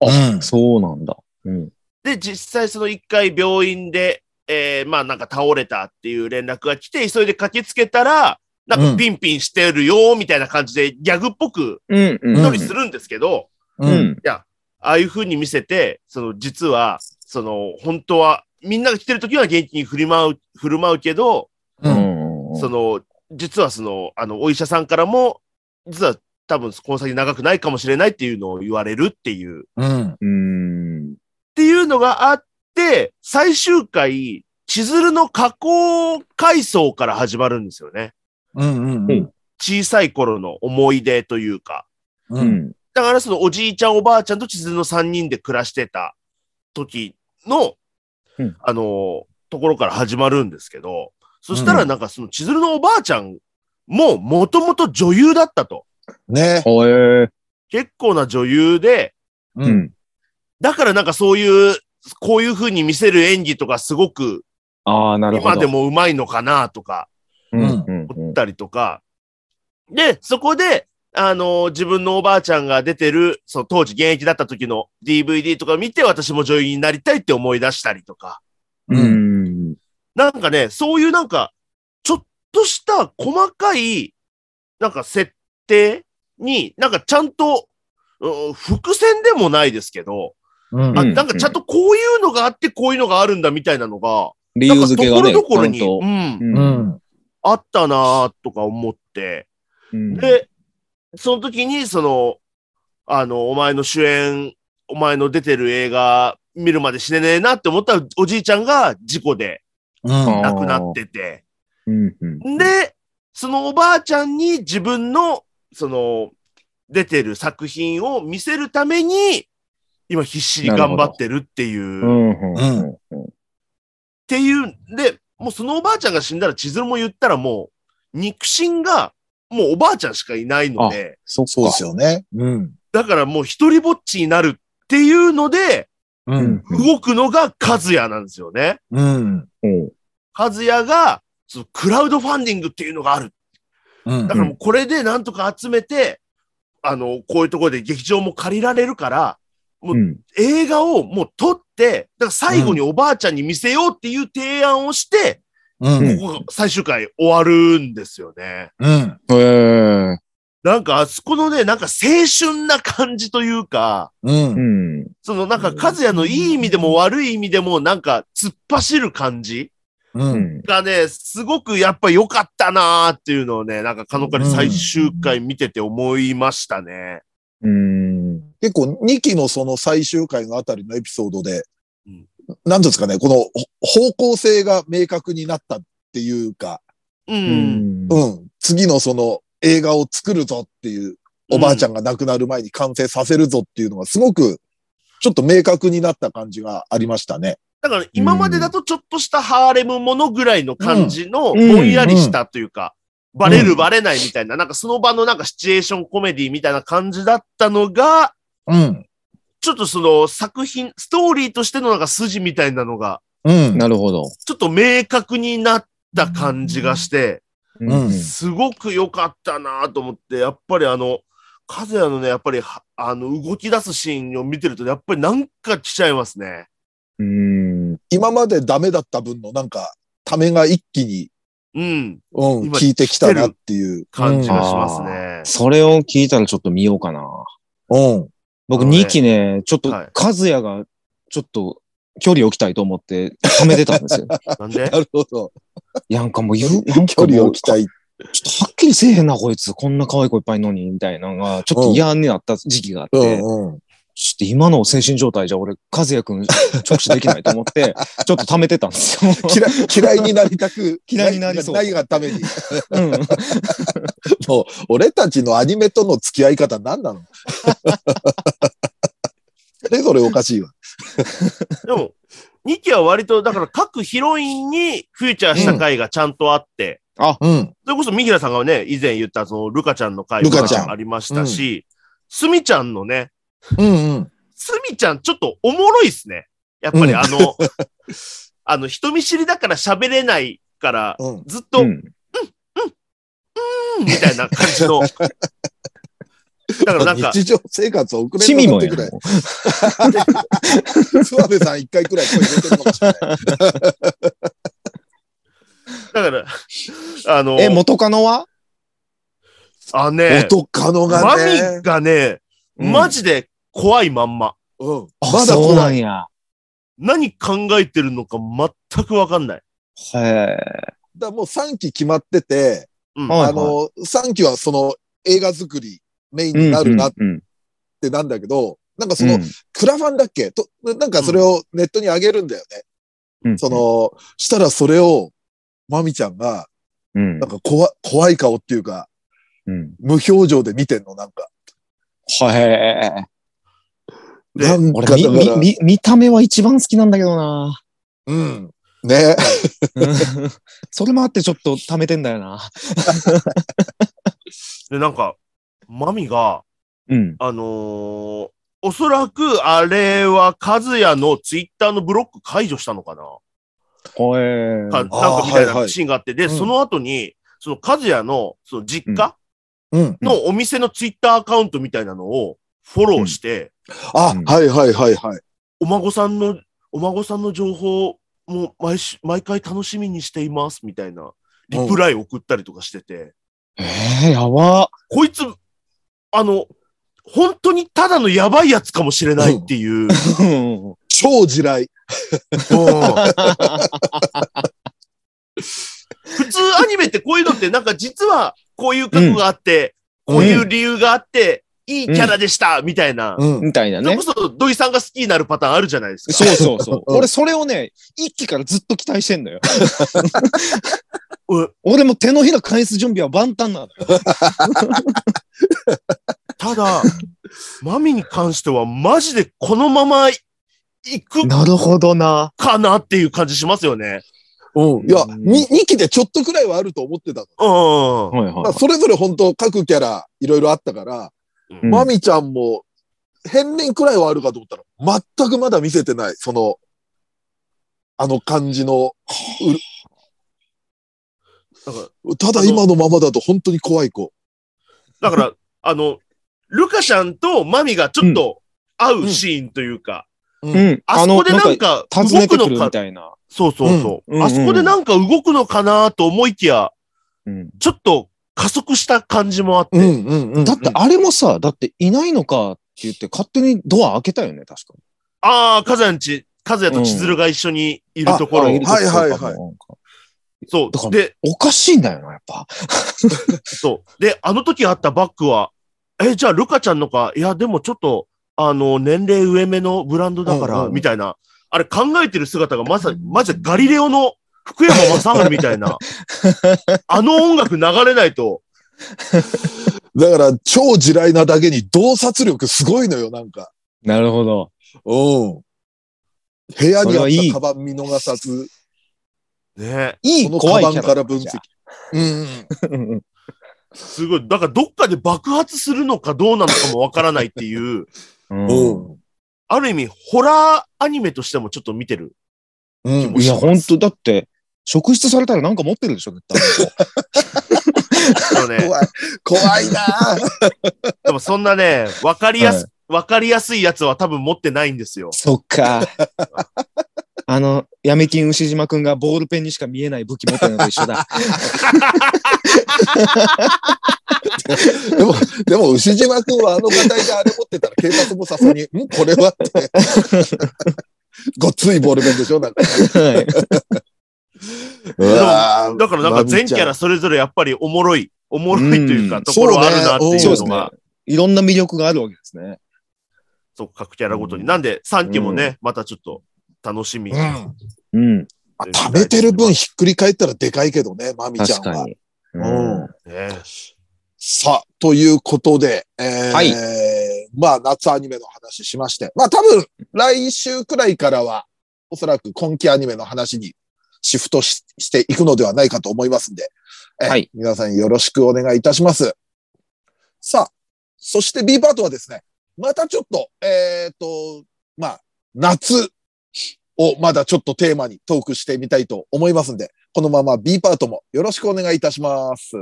Speaker 2: うん
Speaker 3: そうなんだ。うん。
Speaker 4: で、実際その一回病院で、えー、まあなんか倒れたっていう連絡が来て、急いで駆けつけたら、なん
Speaker 2: うん
Speaker 4: かピンピンしてるよ、みたいな感じでギャグっぽく
Speaker 3: うん。うん。
Speaker 4: 一人するんですけど、
Speaker 3: う
Speaker 2: うん。
Speaker 3: ん。
Speaker 4: ああいう風に見せて、その実は、その本当は、みんなが来てる時は元気に振り舞う、振る舞うけど、
Speaker 3: う
Speaker 2: うん。
Speaker 3: ん。
Speaker 4: その、実はその、あの、お医者さんからも、実は多分この先長くないかもしれないっていうのを言われるっていう、っ
Speaker 2: うん。
Speaker 3: うん。
Speaker 4: ていうのがあって、最終回、千鶴の加工階層から始まるんですよね。
Speaker 2: うん。うん。
Speaker 4: 小さい頃の思い出というか。
Speaker 2: う。
Speaker 3: うんん。
Speaker 4: だからそのおじいちゃんおばあちゃんと千鶴の3人で暮らしてた時の、
Speaker 3: うん
Speaker 4: あのー、ところから始まるんですけど、そしたらなんかその千鶴のおばあちゃんももともと女優だったと。
Speaker 2: ね。
Speaker 3: おえー。
Speaker 4: 結構な女優で、
Speaker 2: う
Speaker 3: う。ん。
Speaker 4: だからなんかそういう、こういう風に見せる演技とかすごく
Speaker 3: ああ、なるほど。
Speaker 4: 今でもうまいのかなとか
Speaker 3: うん。うん。
Speaker 4: 思ったりとか。で、そこで、あのー自分のおばあちゃんが出てる、その当時現役だった時の DVD とか見て私も女優になりたいって思い出したりとか。
Speaker 3: うん。
Speaker 4: なんかね、そういうなんか、ちょっとした細かい、なんか設定に、なんかちゃんと、うん伏線でもないですけど、
Speaker 2: うん
Speaker 4: あ、
Speaker 3: うん
Speaker 4: なんかちゃんとこういうのがあって、こういうのがあるんだみたいなのが、
Speaker 3: 理
Speaker 4: なん
Speaker 3: 由
Speaker 4: かと
Speaker 3: 付け
Speaker 4: こ
Speaker 3: が
Speaker 4: ろ
Speaker 3: ね、
Speaker 4: どころに、
Speaker 3: ちゃんと
Speaker 4: う。ん、
Speaker 2: う。
Speaker 3: うん
Speaker 4: あったなーとか思って、
Speaker 3: ん。
Speaker 4: で、その時に、その、あの、お前の主演、お前の出てる映画見るまで死ねねえなって思ったら、おじいちゃんが事故で
Speaker 2: うん。
Speaker 4: 亡くなってて、
Speaker 3: うん。うん。
Speaker 4: で、そのおばあちゃんに自分の、その、出てる作品を見せるために、今必死に頑張ってるっていう。
Speaker 3: うん。
Speaker 4: っていう、で、もうそのおばあちゃんが死んだら千鶴も言ったらもう、肉親がもうおばあちゃんしかいないので、
Speaker 3: そっ
Speaker 2: そうで
Speaker 3: か。
Speaker 2: すよね。うん。
Speaker 4: だからもう一人ぼっちになるっていうので、
Speaker 2: う。
Speaker 3: うんん。
Speaker 4: 動くのが和也なんですよね。
Speaker 2: うん。
Speaker 3: うん。
Speaker 4: 和也が、そのクラウドファンディングっていうのがある。
Speaker 2: うん
Speaker 4: だからもうこれでなんとか集めて、あの、こういうところで劇場も借りられるから、
Speaker 3: うん。
Speaker 4: 映画をもう撮って、だから最後におばあちゃんに見せようっていう提案をして、
Speaker 2: うん。
Speaker 4: ここが最終回終わるんですよね。
Speaker 2: うん。
Speaker 3: へえ。
Speaker 4: なんかあそこのね、なんか青春な感じというか、
Speaker 2: うん
Speaker 3: う。ん。
Speaker 4: そのなんか和也のいい意味でも悪い意味でもなんか突っ走る感じ
Speaker 2: う。
Speaker 3: うんん。
Speaker 4: がね、すごくやっぱ良かったなーっていうのをね、なんかかのかり最終回見てて思いましたね。
Speaker 3: うん。
Speaker 2: 結構2期のその最終回のあたりのエピソードで
Speaker 4: うん、
Speaker 2: なんていうんですかね、このほ方向性が明確になったっていうか、
Speaker 4: う。
Speaker 3: うんん。
Speaker 2: うん。次のその映画を作るぞっていう、おばあちゃ
Speaker 4: ん。
Speaker 2: んが亡くなる前に完成させるぞっていうのがすごく、ちょっと明確になった感じがありましたね。
Speaker 4: だから今までだとちょっとしたハーレムものぐらいの感じのぼ
Speaker 3: うん
Speaker 4: んやりしたというか、バレるバレないみたいな、なんかその場のなんかシチュエーションコメディみたいな感じだったのが、
Speaker 2: うん。
Speaker 4: ちょっとその作品、ストーリーとしてのなんか筋みたいなのが、
Speaker 2: うん。
Speaker 3: なるほど。
Speaker 4: ちょっと明確になった感じがして、
Speaker 2: うん
Speaker 4: すごく良かったなと思って、やっぱりあの、和也のね、やっぱりは、あの、動き出すシーンを見てると、やっぱりなんか来ちゃいますね。
Speaker 3: うん。
Speaker 2: 今までダメだった分のなんか、ためが一気に、
Speaker 4: うん、
Speaker 2: うん、
Speaker 4: 今
Speaker 2: 効いてきたなっていう
Speaker 4: 感じ
Speaker 3: る
Speaker 4: がしますね。
Speaker 3: それを聞いたらちょっと見ようかな。
Speaker 2: うん。うん。
Speaker 3: 僕
Speaker 4: あのね
Speaker 3: 2期ね、ちょっと
Speaker 4: はい、
Speaker 3: 和也が、ちょっと、距離置きたいと思って、ためてたんですよ。
Speaker 4: なんで
Speaker 2: なるほど。
Speaker 3: いやなんかもう言う、なん
Speaker 2: 距
Speaker 3: か
Speaker 2: 離
Speaker 3: も
Speaker 2: を
Speaker 3: う、
Speaker 2: 置きたい。
Speaker 3: ちょっとはっきりせえへんな、こいつ。こんな可愛い子いっぱいいんのに、みたいなのが、ちょっと嫌になった時期があっ
Speaker 2: う
Speaker 3: て、
Speaker 2: んうん。
Speaker 3: ちょっと今の精神状態じゃ俺、和也くん直視できないと
Speaker 2: (laughs)
Speaker 3: 思って、ちょっと溜めてたんですよ。
Speaker 2: 嫌い (laughs) 嫌いになりたく
Speaker 3: 嫌いになりそう
Speaker 2: ないがために。
Speaker 3: うん
Speaker 2: もう、俺たちのアニメとの付き合い方何なの (laughs) それぞれおかしいわ。
Speaker 4: でも、2期は割と、だから各ヒロインにフューチャーした回がちゃんとあって、
Speaker 2: うん。
Speaker 4: それこそ三平さんがね、以前言ったそのルカちゃんの回
Speaker 2: ルカちゃん
Speaker 4: ありましたし、スミちゃんのね、
Speaker 2: うんうん。
Speaker 4: スミちゃんちょっとおもろいっすね。やっぱ
Speaker 2: う
Speaker 4: り
Speaker 2: ん
Speaker 4: あの、 (laughs) あの人見知りだから喋れないから、
Speaker 2: うん。
Speaker 4: ずっと、
Speaker 3: う
Speaker 4: うん、
Speaker 3: ん
Speaker 4: みたいな感じの。だからなんか、
Speaker 2: (laughs) 日常生活を送れ
Speaker 3: シ
Speaker 2: る
Speaker 3: ミ
Speaker 2: ように
Speaker 3: も
Speaker 2: な
Speaker 3: や
Speaker 2: ってくれ。 (laughs) 諏訪部さん一回くらい声出てるかもしれ
Speaker 3: (laughs)
Speaker 2: ない。
Speaker 4: だから、あの、
Speaker 3: え、元カノは
Speaker 4: あね、
Speaker 2: 元カノが
Speaker 4: マ
Speaker 2: ね
Speaker 4: ミ。がね、
Speaker 3: うん
Speaker 4: マジで怖いまんま。
Speaker 2: うん。
Speaker 3: あ
Speaker 2: まだ
Speaker 3: そうな
Speaker 2: 怖い。
Speaker 3: んや。
Speaker 4: 何考えてるのか全くわかんない。
Speaker 3: へえ。
Speaker 2: だからもう3期決まってて、
Speaker 4: うん
Speaker 3: はいはい
Speaker 2: あの、3期はその映画作りメインになるなっ
Speaker 3: うん
Speaker 2: てなんだけど、なんかそ
Speaker 3: うん
Speaker 2: の、クラファンだっけと、なんかそれをネットに上げるんだよね。
Speaker 3: うん
Speaker 2: そ、の、したらそれを、まみちゃんが、
Speaker 3: うん
Speaker 2: なんか怖、怖い顔っていうか、
Speaker 3: うん。
Speaker 2: 無表情で見てんの、なんか。
Speaker 3: へえ。
Speaker 4: で
Speaker 2: なんか
Speaker 3: 俺、み、
Speaker 2: だ
Speaker 3: み
Speaker 2: か、ら、
Speaker 3: み、見た目は一番好きなんだけ
Speaker 2: (laughs)
Speaker 3: どな。
Speaker 2: うん。ね。
Speaker 3: それもあってちょっと溜めてんだよな。
Speaker 4: で、なんか、マミが、
Speaker 3: うん。
Speaker 4: あのーおそらくあれは和也のツイッターのブロック解除したのかな、
Speaker 3: ほえ。
Speaker 4: かなんかみたいなシーンがあって、で、
Speaker 2: はいはい
Speaker 4: その後に、その和也のその実家
Speaker 2: うん。
Speaker 4: のお店のツイッターアカウントみたいなのをフォローして、
Speaker 2: あ、
Speaker 3: うん
Speaker 2: はいはいはいはい。
Speaker 4: お孫さんの、お孫さんの情報も毎週、毎回楽しみにしていますみたいなリプライ送ったりとかしてて、
Speaker 3: ええ、
Speaker 2: (laughs)
Speaker 3: やば。
Speaker 4: こいつ、あの、本当にただのやばいやつかもしれないっていう。
Speaker 3: うん
Speaker 2: 超地雷。
Speaker 4: (laughs) 普通アニメってこういうのってなんか実はこういう過去があって、
Speaker 2: うん
Speaker 4: こういう理由があって、いいキャラでした、みたいな。
Speaker 2: うん。
Speaker 3: みたいな
Speaker 4: それこ。
Speaker 3: ね
Speaker 4: そ土井さんが好きになるパターンあるじゃないですか。
Speaker 3: そうそうそう。
Speaker 2: うん
Speaker 3: 俺、それをね、一期からずっと期待してんのよ。
Speaker 4: うん
Speaker 3: 俺も手のひら返す準備は万端なのよ。
Speaker 4: ただ、マミに関してはマジでこのまま行く
Speaker 3: なるほどな。
Speaker 4: かなっていう感じしますよね。
Speaker 2: うん。いや、
Speaker 3: うん
Speaker 2: に2期でちょっとくらいはあると思ってたの。
Speaker 4: うん。
Speaker 3: はい
Speaker 2: まあそれぞれ本当各キャラいろいろあったから、
Speaker 4: うん
Speaker 2: まみちゃんも、片鱗くらいはあるかと思ったら、全くまだ見せてない、その、あの感じの、
Speaker 4: だから
Speaker 2: ただ今のままだと本当に怖い子。
Speaker 4: だから、あの、ルカちゃんとマミがちょっと会うシーンというか、
Speaker 3: うん。
Speaker 4: あそこでなん、か
Speaker 3: 訪
Speaker 4: 動
Speaker 3: ね
Speaker 4: く
Speaker 3: てくる
Speaker 4: の
Speaker 3: み
Speaker 4: か、
Speaker 3: たいな。
Speaker 4: そうそうそう、
Speaker 3: うんうんうん
Speaker 4: あそこでなんか動くのかなと思いきや、
Speaker 3: うん
Speaker 4: ちょっと加速した感じもあって、
Speaker 2: うんうんうん。
Speaker 3: だって、あれもさ、だっていないのかって言って、勝手にドア開けたよね、確かに。
Speaker 4: ああ、カズヤんち、カズヤと千鶴が一緒にいるところ、
Speaker 2: うんあはいはいはい
Speaker 3: い。
Speaker 4: そ
Speaker 3: だか
Speaker 4: う、
Speaker 3: ら
Speaker 4: で、
Speaker 3: おかしいんだよな、やっぱ。
Speaker 4: そう、で、あの時あったバッグは、え、じゃあルカちゃんのか、いや、でもちょっと、あの、年齢上目のブランドだから、
Speaker 2: うんうんうん
Speaker 4: みたいな、あれ考えてる姿がまさに、まじでガリレオの福山雅治みたい
Speaker 2: (laughs)
Speaker 4: な、あの音楽流れないと、
Speaker 2: だから、超地雷なだけに洞察力すごいのよ、なんか。
Speaker 3: なるほど。
Speaker 2: うん。部屋
Speaker 3: それはい
Speaker 2: に
Speaker 3: い
Speaker 2: あったカバン見逃さず、
Speaker 4: ね、
Speaker 3: い
Speaker 2: こ
Speaker 3: い
Speaker 2: の
Speaker 3: 怖
Speaker 2: カ
Speaker 3: い
Speaker 2: バ
Speaker 3: キ
Speaker 2: ン
Speaker 3: ャラ
Speaker 2: から分析。うんうん。
Speaker 3: うんうん
Speaker 4: すごい。だからどっかで爆発するのかどうなのかもわからないっていう、 (laughs)
Speaker 3: うん
Speaker 4: ある意味、ホラーアニメとしてもちょっと見てる。
Speaker 2: うん。うん
Speaker 3: いや、ほんと、だって、職質されたらなんか持ってるでしょ、絶対。
Speaker 4: あのね、
Speaker 2: (laughs) 怖い。怖いな
Speaker 3: (laughs)
Speaker 2: ぁ
Speaker 4: でもそんなね、わかりやす、わかりやすいやつは多分持ってないんですよ。
Speaker 3: そっか。あの、闇金牛島くんがボールペンにしか見えない武器持ってるのと一緒 (laughs) だ。
Speaker 2: でも、でも、牛島くんはあの課題であれ持ってたら警察もさすがに、んこれはって。 (laughs) ごっついボールペンでしょなんか。
Speaker 3: はい。
Speaker 2: わー
Speaker 4: だからなんか全キャラそれぞれやっぱりおもろい、おもろいという
Speaker 3: う
Speaker 4: か、
Speaker 3: ん
Speaker 4: ところはあるなって
Speaker 2: そうね
Speaker 4: いうのが、
Speaker 3: いろんな魅力があるわけですね。
Speaker 4: そう各キャラごとに。なんで、3期もね、またちょっと楽しみ。
Speaker 2: うん。
Speaker 3: うん。
Speaker 2: あ食べてる分ひっくり返ったらでかいけどね、まみちゃ
Speaker 3: 確
Speaker 2: んは
Speaker 3: か。に。
Speaker 2: うん
Speaker 4: ね
Speaker 2: さあ、ということで、えー
Speaker 3: はい
Speaker 2: まあ、夏アニメの話しまして、まあ、多分、来週くらいからは、おそらく今期アニメの話にシフトししていくのではないかと思いますんで、えー
Speaker 3: はい
Speaker 2: 皆さんよろしくお願いいたします。さあ、そして B パートはですね、またちょっと、えっ、と、まあ、夏をまだちょっとテーマにトークしてみたいと思いますんで、このまま B パートもよろしくお願いいたします。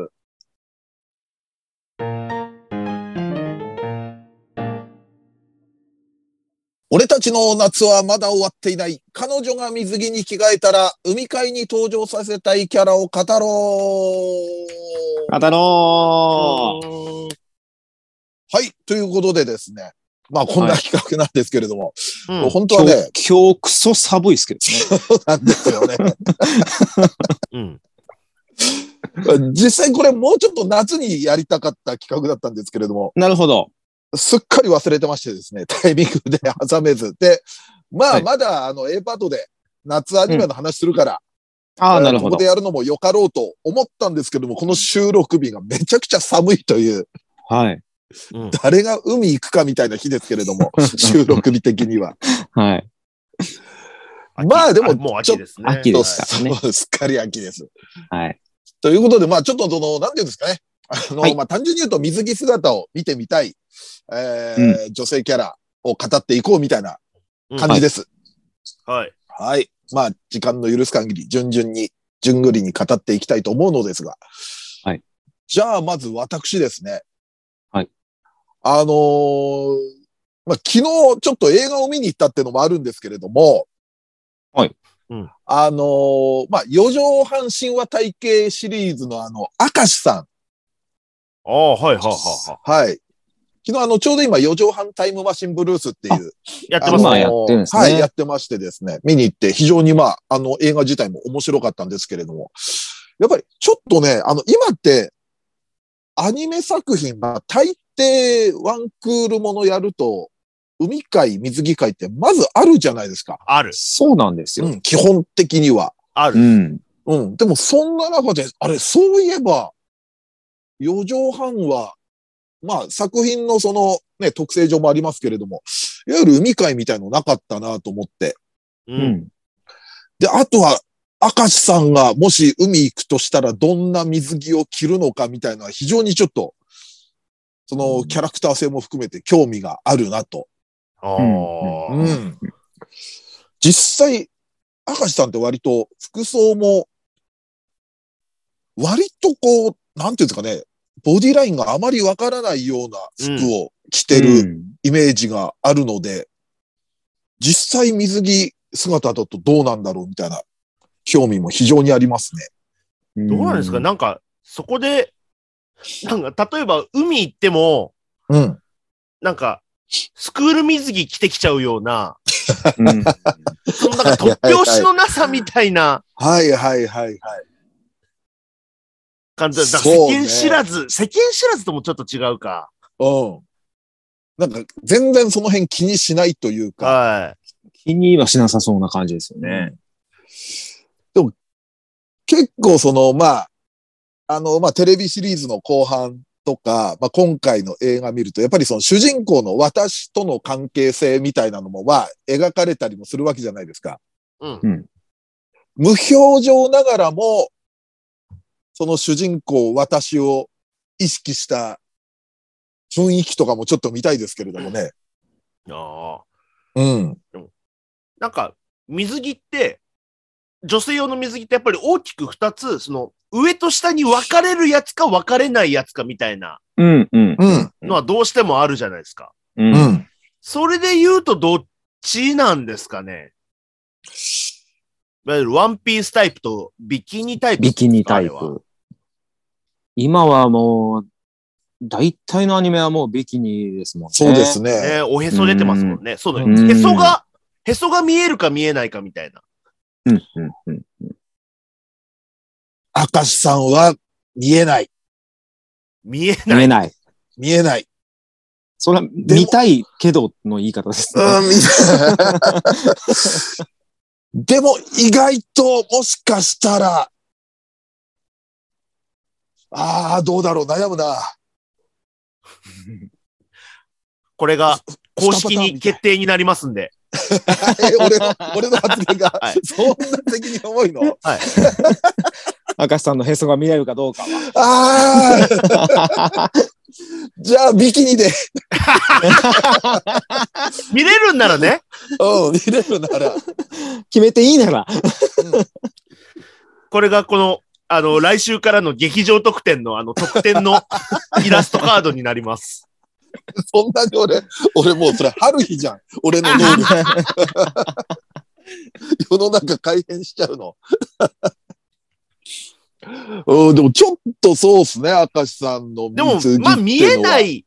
Speaker 2: 俺たちの夏はまだ終わっていない。彼女が水着に着替えたら、海海に登場させたいキャラを語ろう。
Speaker 3: あたろ
Speaker 2: はい。ということでですね。まあ、こんな企画なんですけれども。
Speaker 4: うん
Speaker 2: もう本当
Speaker 3: 今
Speaker 2: は
Speaker 3: 日
Speaker 2: ね、、
Speaker 3: 今日クソ寒いですけどね。
Speaker 2: そうなんですよね。
Speaker 4: うん。
Speaker 2: 実際これもうちょっと夏にやりたかった企画だったんですけれども、
Speaker 3: (laughs) なるほど。
Speaker 2: すっかり忘れてましてですね、 (laughs) タイミングで挟めず。で、ま
Speaker 3: は
Speaker 2: あ、
Speaker 3: い
Speaker 2: まだあの A パートで夏アニメの話するから、
Speaker 3: ああ、
Speaker 2: えー
Speaker 3: なるほ
Speaker 2: ここ
Speaker 3: ど
Speaker 2: で。やるのもよかろうと思ったんですけども、この収録日がめちゃくちゃ寒いという、
Speaker 3: はい。
Speaker 4: うん
Speaker 2: 誰が海行くかみたいな日ですけれど
Speaker 3: (laughs)
Speaker 2: も、収録日的には。
Speaker 3: はい。
Speaker 2: (laughs) まあでも
Speaker 4: もう秋ですね。
Speaker 3: 秋ですか
Speaker 2: そう
Speaker 3: ね
Speaker 2: そうすっかり秋です。
Speaker 3: はい。
Speaker 2: ということで、まあちょっとその、なんていうんですかね。あの、
Speaker 3: はい
Speaker 2: まあ単純に言うと水着姿を見てみたい、えー女性キャラを語っていこうみたいな感じです。
Speaker 4: はい。
Speaker 2: はい。まあ、時間の許す限り、順々に、順繰りに語っていきたいと思うのですが。
Speaker 3: はい。
Speaker 2: じゃあ、まず私ですね。
Speaker 3: はい。
Speaker 2: あのーまあ、昨日、ちょっと映画を見に行ったってのもあるんですけれども。
Speaker 3: はい。
Speaker 4: うん。
Speaker 2: あのーまあ、四畳半神話体系シリーズのあの、明石さん。
Speaker 4: ああ、はい、はい、はいは
Speaker 2: はい。昨日、あの、ちょうど今、四畳半タイムマシンブルースっていう、
Speaker 4: い。やって
Speaker 2: あ
Speaker 4: ま
Speaker 2: の
Speaker 4: す
Speaker 3: 今
Speaker 4: ね。
Speaker 3: やってるんですね
Speaker 2: はい、やってましてですね。見に行って、非常にまあ、あの、映画自体も面白かったんですけれども、やっぱりちょっとね、あの、今って、アニメ作品が大抵ワンクールものやると、海海、水着海ってまずあるじゃないですか。
Speaker 4: ある。
Speaker 3: そうなんです
Speaker 2: う
Speaker 3: よ。
Speaker 2: ん、基本的には。
Speaker 4: あ
Speaker 3: う
Speaker 4: る。
Speaker 3: ん。
Speaker 2: うん。でも、そんな中で、あれ、そういえば、四畳半は、まあ、作品のその、ね、特性上もありますけれども、いわゆる海海みたいのなかったなと思って、
Speaker 4: う。
Speaker 3: うんん。
Speaker 2: で、あとは、明石さんがもし海行くとしたらどんな水着を着るのかみたいなのは非常にちょっと、そのキャラクター性も含めて興味があるなと。
Speaker 4: ああ。
Speaker 3: う
Speaker 2: うん。実際、明石さんって割と服装も、割とこう、なんていうんですかね、ボディラインがあまりわからないような服を着てる
Speaker 3: うん
Speaker 2: イメージがあるので、実際水着姿だとどうなんだろうみたいな興味も非常にありますね。
Speaker 4: どうなんですかなんか、そこで、なんか、例えば海行っても、
Speaker 2: うん。
Speaker 4: なんか、スクール水着着てきちゃうような、
Speaker 3: うん
Speaker 4: そのなんか突拍子のなさみたいな
Speaker 2: はいはいはいはい。
Speaker 4: 感じだ。だから
Speaker 2: そ
Speaker 4: 世
Speaker 2: うね
Speaker 4: 間知らず、世間知らずともちょっと違うか。
Speaker 2: うん。なんか全然その辺気にしないというか、
Speaker 4: は
Speaker 3: (laughs) 気にはしなさそうな感じですよね。
Speaker 2: 結構その、まあ、あの、まあテレビシリーズの後半とか、まあ今回の映画見ると、やっぱりその主人公の私との関係性みたいなのも、まあ描かれたりもするわけじゃないですか。
Speaker 4: い。うん。
Speaker 2: 無表情ながらも、その主人公、私を意識した雰囲気とかもちょっと見たいですけれどもね。
Speaker 4: ああ。
Speaker 2: うん。
Speaker 4: なんか、水着って、女性用の水着ってやっぱり大きく二つ、その、上と下に分かれるやつか分かれないやつかみたいな
Speaker 3: うん、うん。
Speaker 2: うん。
Speaker 4: のはどうしてもあるじゃないですか。
Speaker 3: うん
Speaker 2: うん。
Speaker 4: それで言うとどっちなんですかね。いわゆるワンピースタイプとビキニタイプで
Speaker 3: ビ
Speaker 4: すか。
Speaker 3: キニタイ
Speaker 4: あれは
Speaker 3: プ。今はもう、大体のアニメはもうビキニですもんね。
Speaker 2: そうですね。
Speaker 4: ね、おへそ出てますもんね。そうだよ。
Speaker 3: うん
Speaker 4: へそが、へそが見えるか見えないかみたいな。
Speaker 3: うん、うん、うん。
Speaker 2: 明石さんは見えない。
Speaker 4: 見えな
Speaker 3: 見
Speaker 4: い。
Speaker 3: えない。
Speaker 2: 見えない。
Speaker 3: それは
Speaker 2: でも
Speaker 3: 見たいけどの言い方ですね。
Speaker 2: うん、見ない。でも意外ともしかしたら、ああ、どうだろう、悩むな。 (laughs)
Speaker 4: これが公
Speaker 2: 二パ
Speaker 4: 式
Speaker 2: ターン
Speaker 4: に
Speaker 2: みたい
Speaker 4: 決定になりますんで。
Speaker 2: え俺の、俺の発言が、
Speaker 4: はい
Speaker 2: そんな責任重いの
Speaker 4: はい。
Speaker 3: 明石さんのへそが見れるかどうかは。
Speaker 2: ああ、じゃあビキニで、
Speaker 4: 見れるんならね。
Speaker 2: うん、見れるなら。
Speaker 3: 決めていいなら。
Speaker 4: これがこの、あの、来週からの劇場特典の、あの、特典のイラストカードになります。
Speaker 2: そんなに俺、俺もうそれ、春日じゃん。俺の能力。世の中改変しちゃうの。うん、でもちょっとそうっすね、明石さんの
Speaker 4: でも
Speaker 2: 水着っていう、の
Speaker 4: まあ、
Speaker 2: は
Speaker 4: 見えな。い、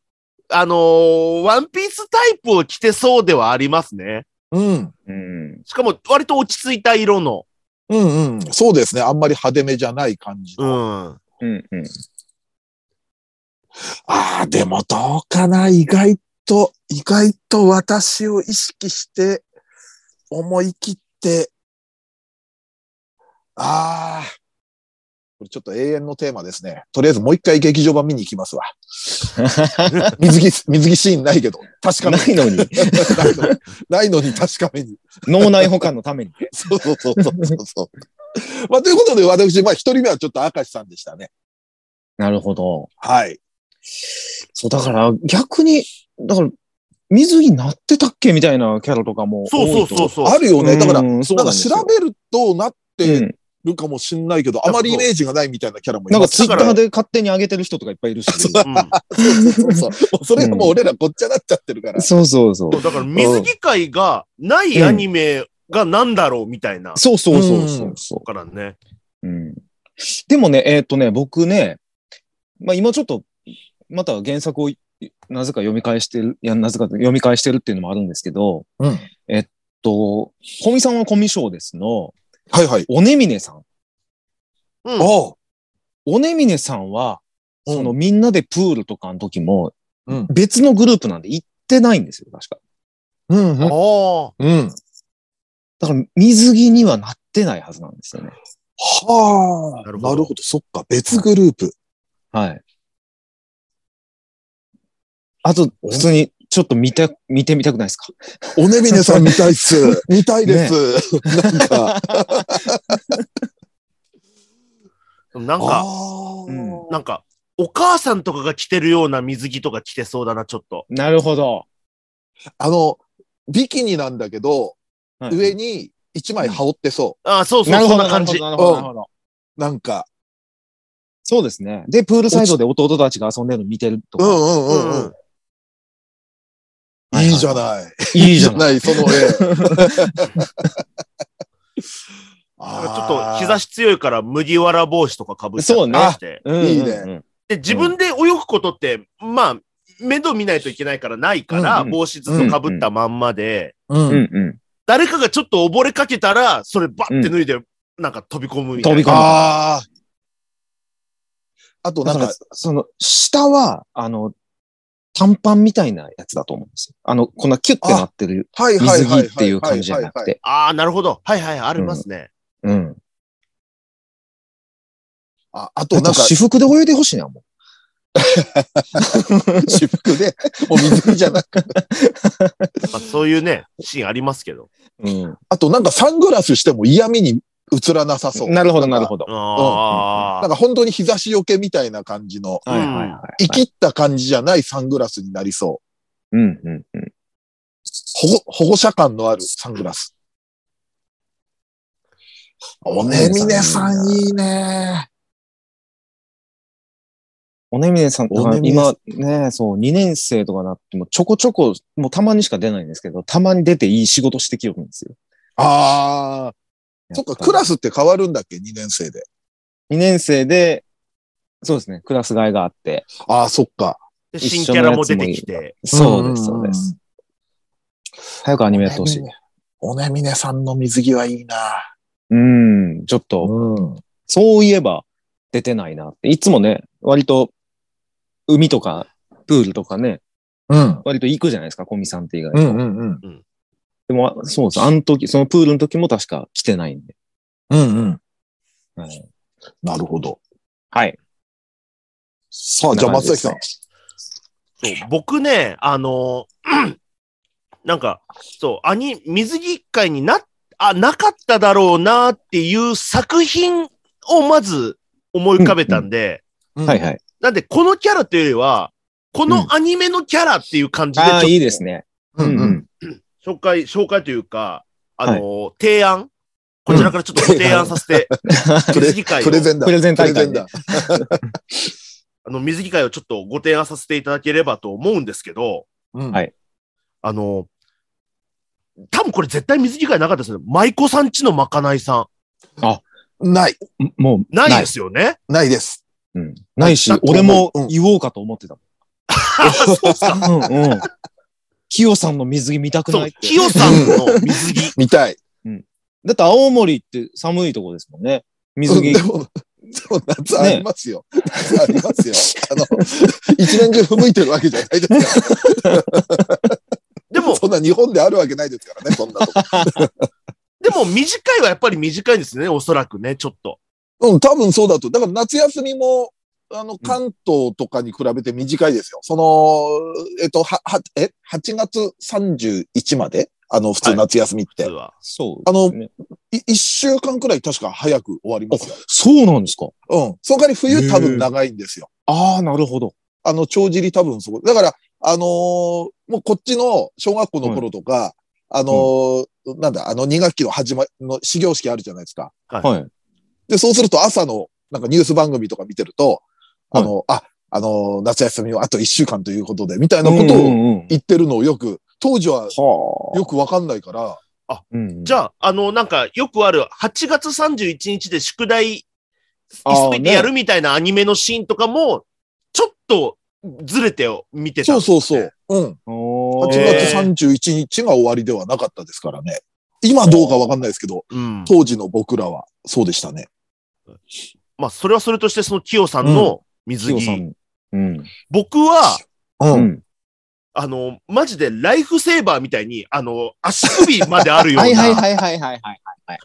Speaker 4: あのーワンピースタイプを着てそうではありますね。
Speaker 2: うん。
Speaker 3: うん。
Speaker 4: しかも、割と落ち着いた色の。
Speaker 2: うんうん。そうですね。あんまり派手めじゃない感じ。
Speaker 4: う
Speaker 2: あ
Speaker 4: ん。
Speaker 3: うん、うん。
Speaker 2: あー、でもどうかな。意外と、意外と私を意識して、思い切って、ああ、これちょっと永遠のテーマですね。とりあえずもう一回劇場版見に行き (laughs) ますわ。水着、水着シーンないけど、 (laughs) 確かめ
Speaker 3: な
Speaker 2: に。
Speaker 3: いのに。
Speaker 2: ないのにないのに確かめに。
Speaker 3: 脳内保管のために。
Speaker 2: そうそうそうそうそう。まあ、ということで私、まあ一人目はちょっと明石さんでしたね。
Speaker 3: なるほど。
Speaker 2: はい。
Speaker 3: そう、だから逆に、だから、水着なってたっけみたいなキャラとかも
Speaker 4: そうそうそううそう。
Speaker 2: あるよね。だから、なん
Speaker 3: ん、そう
Speaker 2: か調べるとなって
Speaker 3: て、
Speaker 2: るかもしんないけど、あまりイメージがないみたいなキャラもい
Speaker 3: な
Speaker 2: ま
Speaker 3: んかツ
Speaker 2: す
Speaker 3: イッタ
Speaker 2: ね
Speaker 3: ーで勝手に上げてる人とかいっぱいいるし。
Speaker 4: うん
Speaker 2: そうそうそうもうそれがもう俺らごっちゃなっちゃってるから。
Speaker 3: そうそうそう。
Speaker 4: だから、水着界がないアニメがなんだろうみたいな。
Speaker 3: そうそうそうそうそ
Speaker 4: からね。
Speaker 3: う、うんでもね、えーっ、とね、僕ね、まあ今ちょっと、また原作をいなぜか読み返してる、いや、なぜか読み返してるっていうのもあるんですけど、
Speaker 2: うん
Speaker 3: と、コミさんはコミショーですの、
Speaker 2: はいはい。
Speaker 3: おねみねさん。
Speaker 4: うん。
Speaker 2: おう
Speaker 3: おねみねさんは、
Speaker 2: うん
Speaker 3: そのみんなでプールとかの時も
Speaker 2: うん、
Speaker 3: 別のグループなんで行ってないんですよ、確か。
Speaker 2: うんうん
Speaker 4: ああ。
Speaker 2: うん。
Speaker 3: だから水着にはなってないはずなんですよね。
Speaker 2: は
Speaker 4: な
Speaker 2: あ。
Speaker 4: る
Speaker 2: なる
Speaker 4: ほ
Speaker 2: ほ
Speaker 4: ど
Speaker 2: ど。そっか。別グループ。
Speaker 3: はい。あと、普通にちょっと見て、見てみたくないですか
Speaker 2: おねみねさん見たいっ (laughs) す。見たいです。なんか。
Speaker 4: なん
Speaker 2: あ
Speaker 4: か、
Speaker 2: ー
Speaker 3: うん
Speaker 4: なんか、お母さんとかが着てるような水着とか着てそうだな、ちょっと。
Speaker 3: なるほど。
Speaker 2: あの、ビキニなんだけど、
Speaker 3: はい
Speaker 2: 上に一枚羽織ってそ
Speaker 4: ああ、そうそう、
Speaker 3: なる
Speaker 4: そ
Speaker 3: ほ
Speaker 4: ん
Speaker 3: ど、
Speaker 4: な感
Speaker 3: なるほ
Speaker 4: じ。
Speaker 3: ど、なるほどなるほど。
Speaker 2: う。なんか。
Speaker 3: そうですね。で、プールサイドで弟たちが遊んでるの見てると
Speaker 2: うん
Speaker 3: か。
Speaker 2: うん
Speaker 4: う
Speaker 2: うん
Speaker 4: ん。う
Speaker 2: うん
Speaker 4: ん。
Speaker 3: はいい
Speaker 2: いじゃない。
Speaker 3: いい
Speaker 2: い
Speaker 3: じゃない。
Speaker 2: い。その絵。ちょっ
Speaker 4: ちょっと日差
Speaker 2: し。
Speaker 4: し強いから麦わら帽子とかかぶって。
Speaker 3: そうね
Speaker 4: で、
Speaker 3: うんうんうん
Speaker 2: いいね。
Speaker 4: 自分で泳ぐことって、まあ、面倒見ないといけないからないから、
Speaker 3: うんうん
Speaker 4: 帽子ずっとかぶったまんまで、
Speaker 2: う
Speaker 3: うんんうん。
Speaker 4: 誰かがちょっと溺れかけたら、それバッて脱いで、なんか飛び込むみたいな。
Speaker 3: 飛び込む
Speaker 2: ああ。あと
Speaker 3: だ
Speaker 2: なん
Speaker 3: か、、
Speaker 2: から
Speaker 3: その、下は、あの、短パンみたいなやつだと思うんですよ。あの、こんなキュッてなってる
Speaker 2: はいはい
Speaker 3: 水
Speaker 2: はい。
Speaker 3: 着っていう感じじゃなく。て。
Speaker 4: ああ、なるほど。はいはい、ありますね。
Speaker 3: うん。
Speaker 2: ああと
Speaker 3: あ
Speaker 2: なん
Speaker 3: と、
Speaker 2: か、
Speaker 3: 私服で泳いでほしいな、も
Speaker 2: 私服で、もう水 (laughs) 着じゃ
Speaker 3: (laughs)
Speaker 2: なく
Speaker 4: まあ、そういうね、シーンありますけど。
Speaker 3: う。うん。
Speaker 2: あとなんかサングラスしても嫌味に映らなさそう。
Speaker 3: なるほど、なる
Speaker 2: ど。
Speaker 3: ほど。
Speaker 4: あ
Speaker 2: なんか本当に日差しよけみたいな感じの、
Speaker 4: うん
Speaker 3: はいはいは
Speaker 2: 生
Speaker 3: い。
Speaker 2: きった感じじゃないサングラスになりそう。
Speaker 3: うんうんうん。
Speaker 2: 保護保護者感のあるサングラス。おねみねさんいいね。
Speaker 3: おねみねさんとか
Speaker 2: おね、みねさ
Speaker 3: 今ね、そう、2年生とかなっても、ちょこちょこ、もうたまにしか出ないんですけど、たまに出ていい仕事してきよるんですよ。
Speaker 2: ああ、そっか、クラスって変わるんだっけ ?2 年生で。
Speaker 3: 2年生で、そうですね、クラス替えがあって。
Speaker 2: ああ、そっか。
Speaker 4: で
Speaker 3: 一緒
Speaker 4: 新
Speaker 3: の
Speaker 4: キャラも出てきて。
Speaker 3: そうです、
Speaker 2: うん
Speaker 3: そ
Speaker 2: うんう
Speaker 3: うで
Speaker 2: ん
Speaker 3: す。早くアニメやってほしい。
Speaker 2: おねみねさんの水着はいいな。
Speaker 3: うん、ちょっと、
Speaker 2: うん。
Speaker 3: そういえば出てないなって。いつもね、割と、海とか、プールとかね、
Speaker 2: うん。
Speaker 3: 割と行くじゃないですか、コミさんって以外。
Speaker 2: うんうんうん。
Speaker 3: でも、あそうです。あの時、そのプールの時も確か来てないんで。
Speaker 2: うんうん。
Speaker 3: はい。
Speaker 2: なるほど。
Speaker 3: はい。
Speaker 2: さあ、じゃあ松崎さん。
Speaker 4: そう、僕ね、あの、 (clears throat) なんか、そう、アニ、水着会にな、あ、なかっただろうなっていう作品をまず思い浮かべたんで、
Speaker 3: はいはい。
Speaker 4: なんで、このキャラというよりは、このアニメのキャラっていう感じで、ちょっ
Speaker 3: ああ、
Speaker 4: と
Speaker 3: いいですね。
Speaker 2: うんうん。
Speaker 4: 紹介、紹介というか、あの、提案こちらからちょっとご提案させて、
Speaker 2: プレ
Speaker 4: 水着会を
Speaker 2: プレゼンだ。
Speaker 3: プレゼン大
Speaker 2: プレゼ
Speaker 3: 会
Speaker 2: ン
Speaker 3: ね
Speaker 2: だ。
Speaker 4: あの、水着会をちょっとご提案させていただければと思うんですけど、
Speaker 2: うん
Speaker 3: はい
Speaker 4: あの、多分これ絶対水着会なかったですよね。舞妓さんちのまかないさ
Speaker 2: ない。
Speaker 3: もう、
Speaker 4: ん。ないですよね。
Speaker 2: ないです。
Speaker 3: うん。ないし
Speaker 2: だっ、て
Speaker 3: 俺も
Speaker 2: うん
Speaker 3: 言おうかと思ってた
Speaker 4: (laughs) そう
Speaker 2: (laughs)
Speaker 4: っすか。
Speaker 3: もん。うんうん。キヨさんの水着見たく
Speaker 4: そ
Speaker 3: ないうっ、て
Speaker 4: きよさんの水着。
Speaker 2: 見たい。
Speaker 3: だって青森って寒いとこですもんね。水
Speaker 2: うん
Speaker 3: 着
Speaker 2: で。も、でも夏ありますよ。夏ありますよ。あの、一年中吹いてるわけじゃないですか
Speaker 4: でも
Speaker 2: ら。、そんな日本であるわけないですからね、そんなとこ。
Speaker 4: でも短いはやっぱり短いんですね。おそらくね、ちょっと。
Speaker 2: うん、多分そうだと。だから夏休みも、あの、関東とかに比べて短いですよ。その、えっと、は、は、え、8月31まであの、普通夏休みって。
Speaker 4: 実は
Speaker 3: そう。
Speaker 2: あの
Speaker 3: ね、
Speaker 2: い一週間くらい確か早く終わりますよ。
Speaker 3: そうなんですか。
Speaker 2: うん。その代わり冬多分長いんですよ。
Speaker 3: ああ、なるほど。
Speaker 2: あの、帳尻多分そこ。だから、あのーもうこっちの小学校の頃とか、あのーなんだ、あの、2学期の始まりの始業式あるじゃないですか。
Speaker 3: はい。
Speaker 2: で、そうすると朝の、なんかニュース番組とか見てると、あ
Speaker 3: はい
Speaker 2: の、あ、あのー夏休みはあと1週間ということで、みたいなこと
Speaker 3: う
Speaker 2: を
Speaker 3: んうん
Speaker 2: 言ってるのをよく、当時は
Speaker 3: は
Speaker 2: よくわかんないから、
Speaker 3: うん
Speaker 4: じゃあ、あの、なんか、よくある、8月31日で宿題、
Speaker 3: あー
Speaker 4: 急いでやるみたいなアニメのシーンとかも、ちょっとずれて見てた
Speaker 2: そ
Speaker 4: ん
Speaker 2: う
Speaker 4: ですね、
Speaker 2: そうそう。うん。
Speaker 3: 8
Speaker 2: 8月31日が終わりではなかったですからね。今どうかわかんないですけど、
Speaker 4: うん。
Speaker 2: 当時の僕らはそうでしたね。
Speaker 4: まあ、それはそれとして、その、キヨさんの水着。
Speaker 3: さん。うん。
Speaker 4: 僕は、
Speaker 2: うん。
Speaker 3: うん
Speaker 4: あの、マジでライフセーバーみたいに、あの、足首まであるような。
Speaker 3: (laughs) はいはいはいはいはいはい。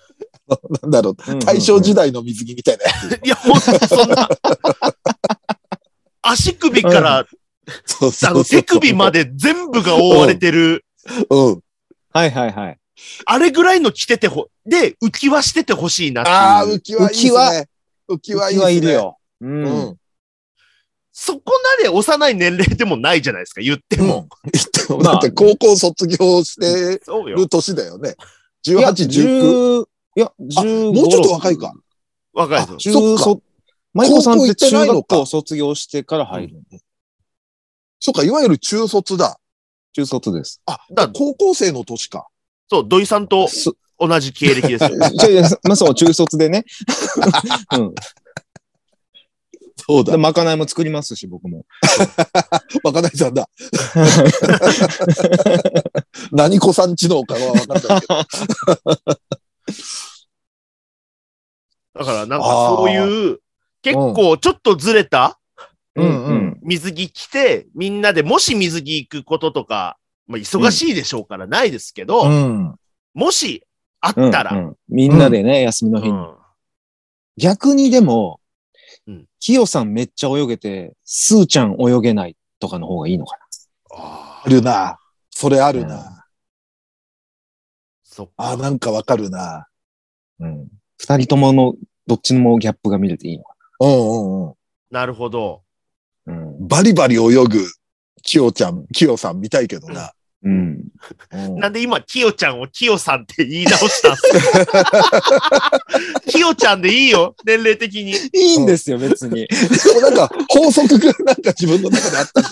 Speaker 2: なんだろう。大正時代の水着みたいなやつ。
Speaker 4: いや、ほんとそんな。足首から、
Speaker 2: (laughs) そうそう
Speaker 4: あの、手首ま
Speaker 2: で。
Speaker 4: で全部が覆われてる、
Speaker 2: うん。
Speaker 3: はいはいはい。
Speaker 4: あれぐらいの着ててほ、で、浮きはしててほしいなっていう。
Speaker 2: ああ、浮きはいいですね。浮きはいい
Speaker 3: 浮
Speaker 2: っすね。
Speaker 3: はいる。よ。う
Speaker 2: うん。
Speaker 3: ん。
Speaker 4: そこまで幼い年齢でもないじゃないですか、言って
Speaker 2: で
Speaker 4: も。
Speaker 2: も、だ (laughs) って高校卒業して
Speaker 4: そうよ
Speaker 2: る。年だよね。18、19。
Speaker 3: いや、
Speaker 2: あ
Speaker 3: 15。
Speaker 2: もうちょっと若いか。。
Speaker 4: 若いですよ。
Speaker 2: そっ
Speaker 3: 中
Speaker 2: か
Speaker 3: 卒。舞妓さんっ
Speaker 2: 高校行っ
Speaker 3: て中学
Speaker 2: てないの
Speaker 3: 校
Speaker 2: か
Speaker 3: 卒業してから入る。
Speaker 2: そっか、いわゆる中卒だ。
Speaker 3: 中卒です。 (laughs)
Speaker 2: あ、
Speaker 4: だ
Speaker 2: 高校生の年か。
Speaker 4: そう、土井さんと
Speaker 3: そ
Speaker 4: 同じ経歴です (laughs) よ。
Speaker 3: ちょいまあそう、中卒でね。 (laughs) うん。
Speaker 2: そう
Speaker 3: で。まかないも作りますし、僕も。
Speaker 2: まかないさんだ。 (laughs) 何子さん知能かはわかんないけど。
Speaker 4: だから、なんかそういう、結構ちょっとずれた
Speaker 2: うんうん。
Speaker 4: 水着着て、みんなでもし水着行くこととか、まあ、忙しいでしょうからないですけど、
Speaker 2: ん。
Speaker 4: もしあっ
Speaker 3: うん。
Speaker 4: たら、
Speaker 3: うんうんみんなでね、休みの日に
Speaker 4: うん
Speaker 3: 逆にでも
Speaker 4: うん、
Speaker 3: キヨさんめっちゃ泳げて、スーちゃん泳げないとかの方がいいのか
Speaker 4: あ
Speaker 2: あるな。それある
Speaker 3: うん
Speaker 2: な。
Speaker 4: そっか。
Speaker 2: あ、なんかわかるな。
Speaker 3: な。うん。二人ともの、どっちもギャップが見れていいのか
Speaker 2: うんうんうん。
Speaker 4: なるほど。
Speaker 3: な。うん。
Speaker 2: バリバリ泳ぐ、キヨちゃん、キヨさん見たいけどな。
Speaker 3: うん。
Speaker 2: うん
Speaker 4: なんで今、キヨちゃんをキヨさんって言い直したんす
Speaker 2: (laughs)
Speaker 4: かキヨちゃんでいいよ、年齢的に。
Speaker 3: いいんですよ、別に。
Speaker 2: でもなんか、法則がなんか自分の中であったじ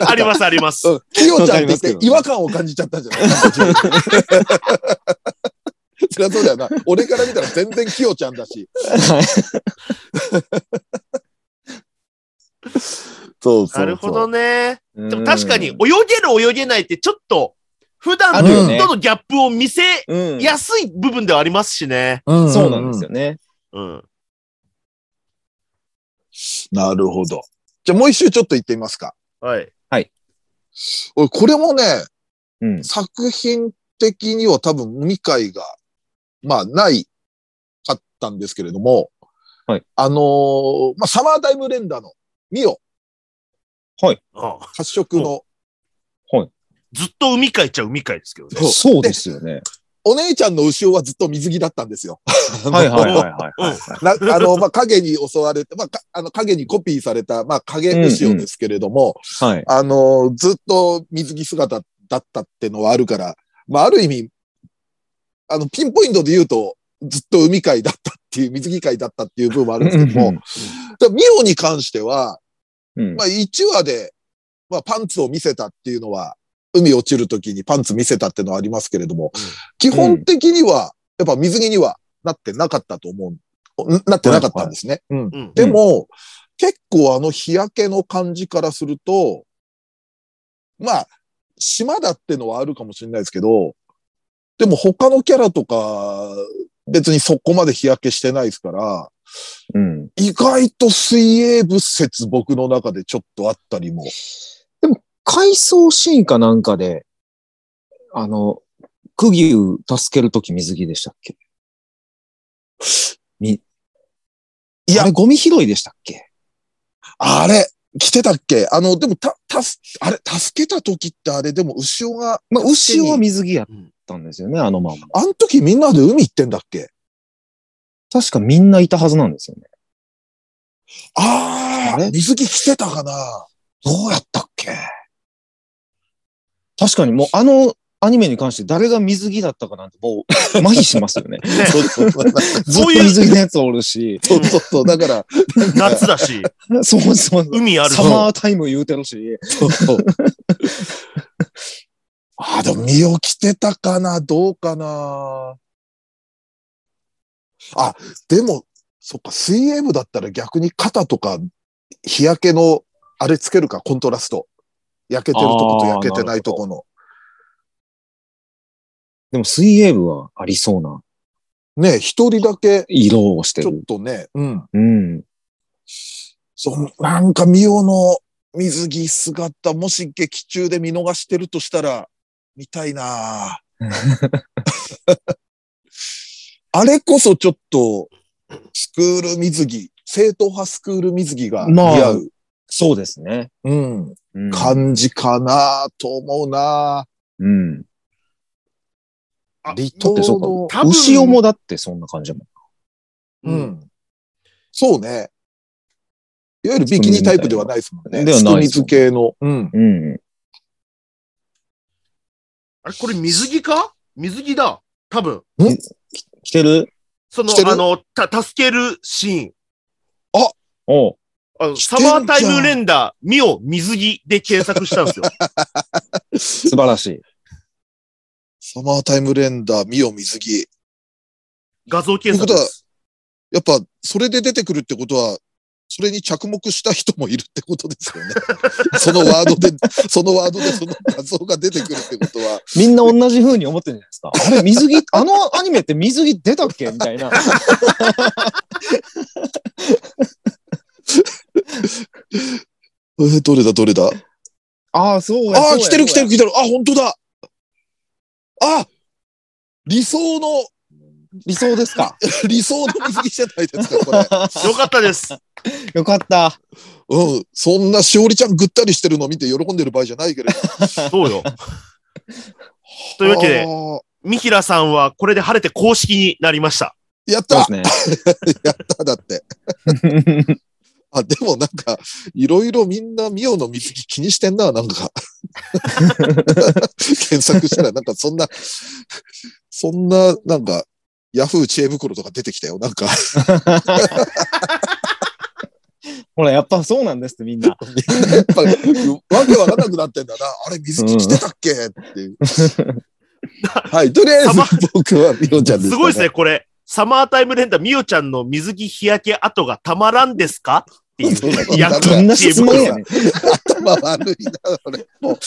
Speaker 2: ゃん。
Speaker 4: あります、あります。
Speaker 2: うんキヨちゃんって
Speaker 3: わかりま
Speaker 2: 言
Speaker 3: すけ
Speaker 2: っ
Speaker 3: ど
Speaker 2: て違和感を感じちゃったじゃん。なんか自分で (laughs) そりゃそうだよな。俺から見たら全然キヨちゃんだし。そうそうそ
Speaker 4: な
Speaker 2: う。
Speaker 4: るほどね。で
Speaker 3: で
Speaker 4: も確かに泳げる泳げないってちょっと普段
Speaker 3: あるよね
Speaker 4: とのギャップを見せ
Speaker 3: うん。
Speaker 4: やすい部分ではありますしね。
Speaker 2: うん。
Speaker 3: そうなんですよね。
Speaker 4: うん。
Speaker 2: なるほど。じゃあもう一周ちょっと行ってみますか。
Speaker 4: はい。
Speaker 2: 俺、これもね、
Speaker 3: うん。
Speaker 2: 作品的には多分未開が、まあ、ないかったんですけれども、
Speaker 3: はい。
Speaker 2: あのーまあ、サマータイムレンダーのミオ
Speaker 4: ああ
Speaker 2: 発色の
Speaker 4: ずっと海海っちゃ海海ですけどね。
Speaker 2: そう
Speaker 3: そうですよね。
Speaker 2: お姉ちゃんの後ろはずっと水着だったん (laughs) ですよ。
Speaker 3: はいはいはいはいはい。
Speaker 2: なあの、まあ、影に襲われて、まあ、かあの、影にコピーされた、まあ、影虫をですけれども、
Speaker 3: はい。
Speaker 2: あの、ずっと水着姿だったってのはあるから、まあ、ある意味、あの、ピンポイントで言うと、ずっと海海だったっていう、水着海だったっていう部分もあるんですけども、だからミオに関しては、
Speaker 3: うん
Speaker 2: まあ、1話で、まあ、パンツを見せたっていうのは、海落ちるときにパンツ見せたっていうのはありますけれども、
Speaker 4: うん
Speaker 2: 基本的には、やっぱ水着にはなってなかったと思う、んなってなかったんですね。うん
Speaker 4: うん。
Speaker 2: でも、結構あの日焼けの感じからすると、まあ、島だってのはあるかもしれないですけど、でも他のキャラとか、別にそこまで日焼けしてないですから、
Speaker 3: うん。
Speaker 2: 意外と水泳物説僕の中でちょっとあったりも。
Speaker 3: 回想シーンかなんかで、あの、釘を助けるとき水着でしたっけみ、い
Speaker 2: いや
Speaker 3: や、あれゴミ拾いでしたっけ
Speaker 2: あれ来てたっけあの、でもた、たす、あれ、助けた時ってあれ、でも、牛尾が、
Speaker 3: まあ、牛尾は水着やったんですよね、あのまんま。
Speaker 2: あの時みんなで海行ってんだっけ
Speaker 3: 確かみんないたはずなんですよね。
Speaker 2: ああ
Speaker 3: あれ
Speaker 2: 水着着てたかな
Speaker 3: どうやったっけ確かにもうあのアニメに関して誰が水着だったかなんてもう麻痺します (laughs) よね。
Speaker 4: ね
Speaker 2: そうそうそう。
Speaker 3: ずっと水着のやつおるし、
Speaker 2: そうそうそう。だから、
Speaker 4: 夏だし、
Speaker 3: そうそう。
Speaker 4: 海あるし
Speaker 3: サ。マータイム言うてるし、
Speaker 2: そうそう。 (laughs) あー、でも身を着てたかなどうかなあ、でも、そっか、水泳部だったら逆に肩とか日焼けの、あれつけるか、コントラスト。焼けてるとこと
Speaker 3: あー
Speaker 2: 焼けてないとこの。
Speaker 3: でも水泳部はありそうな
Speaker 2: ね一人だけ、
Speaker 3: 色をして
Speaker 2: ちょっ
Speaker 3: る。
Speaker 2: とね、うん。
Speaker 3: うん。
Speaker 2: そう、なんか、ミオの水着姿、もし劇中で見逃してるとしたら、見たい
Speaker 3: (laughs)
Speaker 2: なぁあれこそちょっと、スクール水着、正統派スクール水着が似
Speaker 3: まあ
Speaker 2: 合う、
Speaker 3: そうですね。
Speaker 2: うん、
Speaker 3: うん
Speaker 2: 感じかなぁと思うな
Speaker 3: うん。
Speaker 4: あ
Speaker 2: 離
Speaker 3: だっ
Speaker 2: 島
Speaker 3: てそ
Speaker 2: の
Speaker 3: う
Speaker 4: 多
Speaker 3: か。
Speaker 4: 分
Speaker 3: 牛尾もだってそんな感じだも
Speaker 2: ぁ
Speaker 3: ん。
Speaker 2: うん。そうね。いわゆるビキニタイプではないですもんね。
Speaker 3: ではないです
Speaker 2: スク水系の。うん。
Speaker 3: うん。
Speaker 4: あれこれ水着か水着だ。多分。
Speaker 3: 着てる
Speaker 4: その
Speaker 2: 着て、る
Speaker 4: あの、た、助けるシーン。
Speaker 3: おう
Speaker 4: あの、
Speaker 2: 着
Speaker 4: サ
Speaker 2: てんじゃん
Speaker 4: マータイムレンダー、ミオ、水着で検索したん
Speaker 2: (laughs)
Speaker 4: ですよ。
Speaker 3: 素晴らし (laughs) い。
Speaker 2: サマータイムレンダー、ミオ水着。
Speaker 4: 画像検索です。
Speaker 2: やっぱ、それで出てくるってことは、それに着目した人もいるってことで
Speaker 4: (laughs)
Speaker 2: すよね。そのワードで、そのワードでその画像が出てくるってこと
Speaker 4: (laughs)
Speaker 2: は、
Speaker 3: みんな同じ風に思ってるんじゃないですか。あれ、水 (laughs) 着、あのアニメって水着出たっけみたいな。
Speaker 2: えーどれだどれだ
Speaker 3: ああ、そうや。
Speaker 2: あ
Speaker 3: そ
Speaker 2: あ、
Speaker 3: うや
Speaker 2: 来てる来て。る
Speaker 3: そう
Speaker 2: 来てるあ、本当だあ理想の、 (laughs)
Speaker 3: や理想ですか。
Speaker 2: 理想の水着じゃないですか、
Speaker 4: (laughs)
Speaker 2: これ。
Speaker 4: よかったです。
Speaker 3: よかった。
Speaker 2: うん。そんなしおりちゃんぐったりしてるの見て喜んでる場合じゃないけれど。
Speaker 4: そうよ。 (laughs) というわけで
Speaker 2: あー
Speaker 4: ミヒラさんはこれで晴れて公式になりました。
Speaker 2: やっ
Speaker 3: そ
Speaker 2: た
Speaker 3: うで
Speaker 2: やっただって。
Speaker 3: す (laughs) ね。
Speaker 2: あ、でもなんか、いろいろみんなミオの水着気にしてんな、なんか。 (laughs) 検索したらなんかそんな、そんな、なんか、ヤフー知恵袋とか出てきたよ。なんか、
Speaker 3: ほら、やっぱそうなんですって、みんな。
Speaker 2: やっぱ、わけわかんなくなってんだな。あれ、水着着てたっけっていう。はい、とりあえず
Speaker 4: サマ
Speaker 2: 僕はミロちゃんですした、
Speaker 4: ごいですね、これ。サマータイムレンダー、みおちゃんの水着日焼け跡がたまらんですかってい
Speaker 2: (laughs) そううそ
Speaker 4: ね。
Speaker 2: う
Speaker 4: いや
Speaker 2: だ、から
Speaker 3: どんな質問やねん。
Speaker 2: 頭悪いな、俺。もう、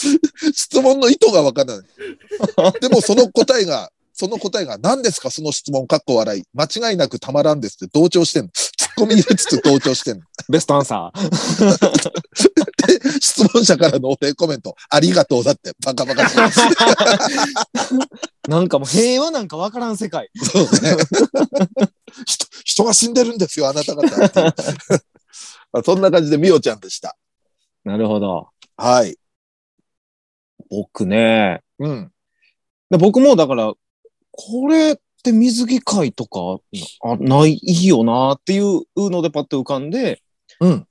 Speaker 2: 質問の意図がわからない。でも、その答えが、その答えが、何ですか、その質問、かっこ笑い。間違いなくたまらんですって同調してんの。ツッコミ入れつつ同調してんの。
Speaker 3: ベストアンサー。
Speaker 2: で、質問者からのお礼コメント、ありがとうだって、バカバカしい。
Speaker 3: なんかもう平和なんかわからん世界。
Speaker 2: そうね。人、人が死んでるんですよ、あなた方っていう。 (laughs) まあそんな感じで、みおちゃんでした。
Speaker 3: なるほど。
Speaker 2: はい。
Speaker 3: 僕ね。
Speaker 2: うん。
Speaker 3: で僕もだから、これって水着会とかあないよなっていうのでパッと浮かんで、
Speaker 2: うん。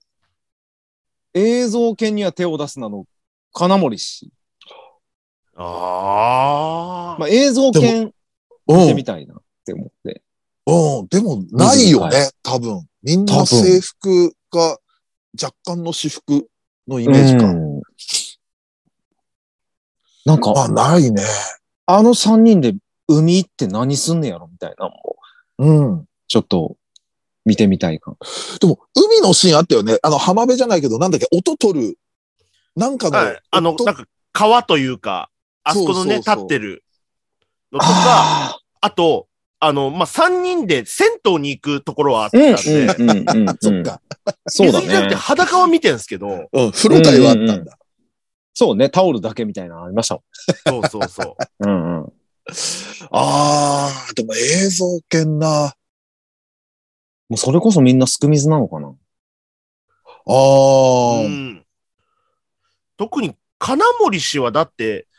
Speaker 3: 映像系には手を出すなの、金森氏。
Speaker 4: あ
Speaker 3: まあ、映像系
Speaker 2: う
Speaker 3: 見て
Speaker 2: ん
Speaker 3: み。たいなって思って。
Speaker 2: うん、でもないよ
Speaker 3: は
Speaker 2: ね、多分。みん
Speaker 3: 多
Speaker 2: な
Speaker 3: 分
Speaker 2: 制服が若干の私服のイメージか。
Speaker 3: うんなんか、
Speaker 2: あ、ないね。
Speaker 3: あの三人で海行って何すんねやろみたいなのも、
Speaker 2: うん。
Speaker 3: ちょっと見てみたいか。
Speaker 2: でも、海のシーンあったよね。あの、浜辺じゃないけど、なんだっけ、音取る。なんか
Speaker 4: あ。
Speaker 2: の、
Speaker 4: はい。あの、
Speaker 2: 音
Speaker 4: なんか、川というか、あそこのね、
Speaker 2: そう
Speaker 4: 立
Speaker 2: そうそう
Speaker 4: ってるのとか、あと、あの、まあ、3人で銭湯に行くところはあった
Speaker 3: うんん、う
Speaker 4: で、
Speaker 3: ん、うん、うん。
Speaker 2: そっか。
Speaker 3: そうだ
Speaker 4: 水着じゃなくて
Speaker 3: ね。
Speaker 4: 裸は見てるんですけど、
Speaker 2: うん、風呂会はあったんだ。
Speaker 3: うんうんそうね、タオルだけみたいなのありましたも
Speaker 4: そうそうそ
Speaker 3: ん。うん、うん。
Speaker 2: あー、でも映像犬な。
Speaker 3: もうそれこそみんなすく水なのかな
Speaker 2: あ
Speaker 4: う。う
Speaker 2: ー、
Speaker 4: ん、特に金森氏はだって、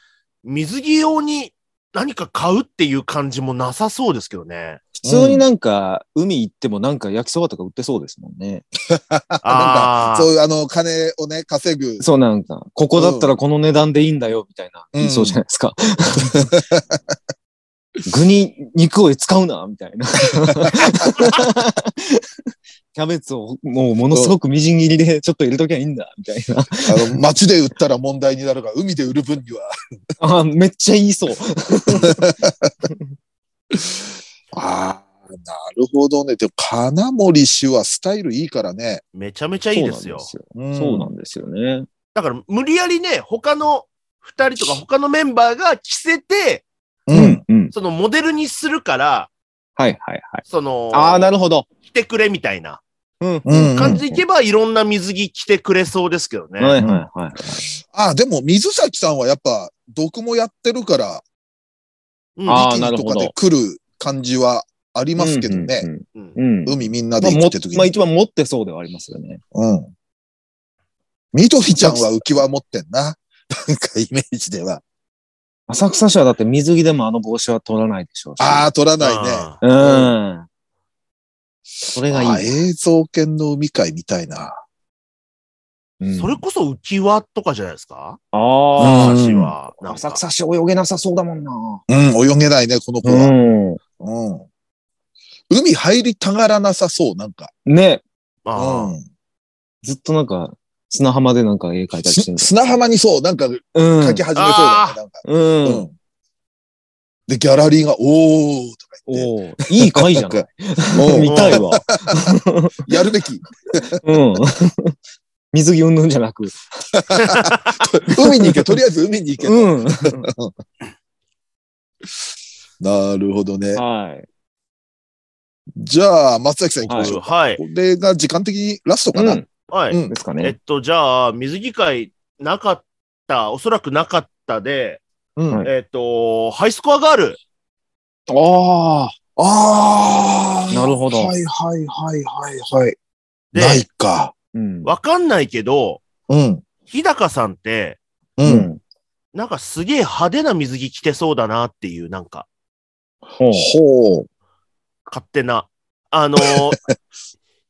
Speaker 4: 水着用に何か買うっていう感じもなさそうですけどね。
Speaker 3: 普通になんか、海行ってもなんか焼きそばとか売ってそうですもんね。
Speaker 4: ああ
Speaker 2: そういう、あの、金をね、稼ぐ。
Speaker 3: そうなんか、ここだったらこの値段でいいんだよ、みたいな。
Speaker 2: うん
Speaker 3: 言いそうじゃないですか。具に肉を使うな、みたいな。キャベツをもうものすごくみじん切りでちょっと入れときゃいいんだ、みたいな。
Speaker 2: あの、街で売ったら問題になるが、海で売る分には。
Speaker 3: あーめっちゃ言いそう。
Speaker 2: ああ、なるほどね。でも、金森氏はスタイルいいからね。
Speaker 4: めちゃめちゃいいですよ。
Speaker 3: そうなんですよね。
Speaker 4: だから無理やりね、他の2人とか他のメンバーが着せて、
Speaker 2: うん。うん。
Speaker 3: うん。
Speaker 4: そのモデルにするから、
Speaker 3: はいはいはい。
Speaker 4: その、
Speaker 3: ああ、なるほど。
Speaker 4: 着てくれみたいな
Speaker 3: うん。
Speaker 2: うん
Speaker 4: 感じでいけば、いろんな水着着てくれそうですけどね。
Speaker 3: はいはいはい。
Speaker 2: ああ、でも、水崎さんはやっぱ、毒もやってるから、
Speaker 4: うん
Speaker 3: あー
Speaker 2: ビキニと
Speaker 3: なるほ
Speaker 2: かで
Speaker 3: ど
Speaker 2: 来る感じはありますけどね。
Speaker 3: うん
Speaker 4: うん
Speaker 3: うんうん。うん
Speaker 2: 海みんな
Speaker 3: ま
Speaker 2: で
Speaker 3: あ、
Speaker 2: 行
Speaker 3: も
Speaker 2: くって時に。
Speaker 3: まあ一番持ってそうではありますよね。
Speaker 2: うん。みどりちゃんは浮き輪持ってんな。 (laughs) なんかイメージでは。
Speaker 3: 浅草市はだって水着でもあの帽子は取らないでしょうし。
Speaker 2: ああ、取らないね。
Speaker 4: あ
Speaker 3: うん。それが
Speaker 2: ああ
Speaker 3: いい。
Speaker 2: 映像犬の海海みたいな。
Speaker 3: う
Speaker 4: ー
Speaker 3: ん
Speaker 4: それこそ浮き輪とかじゃないですか
Speaker 3: あ
Speaker 4: 私
Speaker 3: ー
Speaker 4: は。なんか
Speaker 3: 浅草市泳げなさそうだもんな。
Speaker 2: うん、泳げないね、この子は。
Speaker 3: う
Speaker 2: うん。海入りたがらなさそう、なんか。
Speaker 3: ん。ね。
Speaker 4: あー
Speaker 2: うん。
Speaker 3: ずっとなんか、砂浜でなんか絵描いたりして
Speaker 2: す
Speaker 3: る。
Speaker 2: 砂浜にそう、なんか書
Speaker 3: うん。
Speaker 2: き始めそうだね
Speaker 4: あ、ー
Speaker 2: なんか。
Speaker 3: う。
Speaker 2: うんん。で、ギャラリーが、おーとか言って、
Speaker 3: おーいい回じゃない
Speaker 2: おう
Speaker 3: 見たいわ。
Speaker 2: やるべき。 (laughs)
Speaker 3: (laughs) うん。水着うんぬんじゃなく。
Speaker 2: 海に行け、とりあえず海に行け。
Speaker 3: うん。
Speaker 2: なるほどね。
Speaker 3: はい。
Speaker 2: じゃあ、松崎さん行きましょう。
Speaker 4: はい。
Speaker 2: これが時間的にラストかな。
Speaker 3: うん
Speaker 4: はい。
Speaker 2: うん
Speaker 3: ですか
Speaker 4: えっ
Speaker 3: ね。
Speaker 4: と、じゃあ、水着会なかった、おそらくなかったで、
Speaker 2: うん
Speaker 3: はい
Speaker 4: えっと、ハイスコアガール。
Speaker 3: ああ。
Speaker 2: ああ。
Speaker 3: なるほど
Speaker 2: はいはいはいはいはい。
Speaker 4: で
Speaker 2: ないか。
Speaker 3: うん。
Speaker 4: わかんないけど、
Speaker 2: うん。
Speaker 4: 日高さんって、
Speaker 2: う。
Speaker 3: うんん。
Speaker 4: なんかすげえ派手な水着着てそうだなっていう、なんか、
Speaker 3: ほう
Speaker 2: ほう。
Speaker 4: 勝手な。あ
Speaker 2: (laughs)
Speaker 4: のー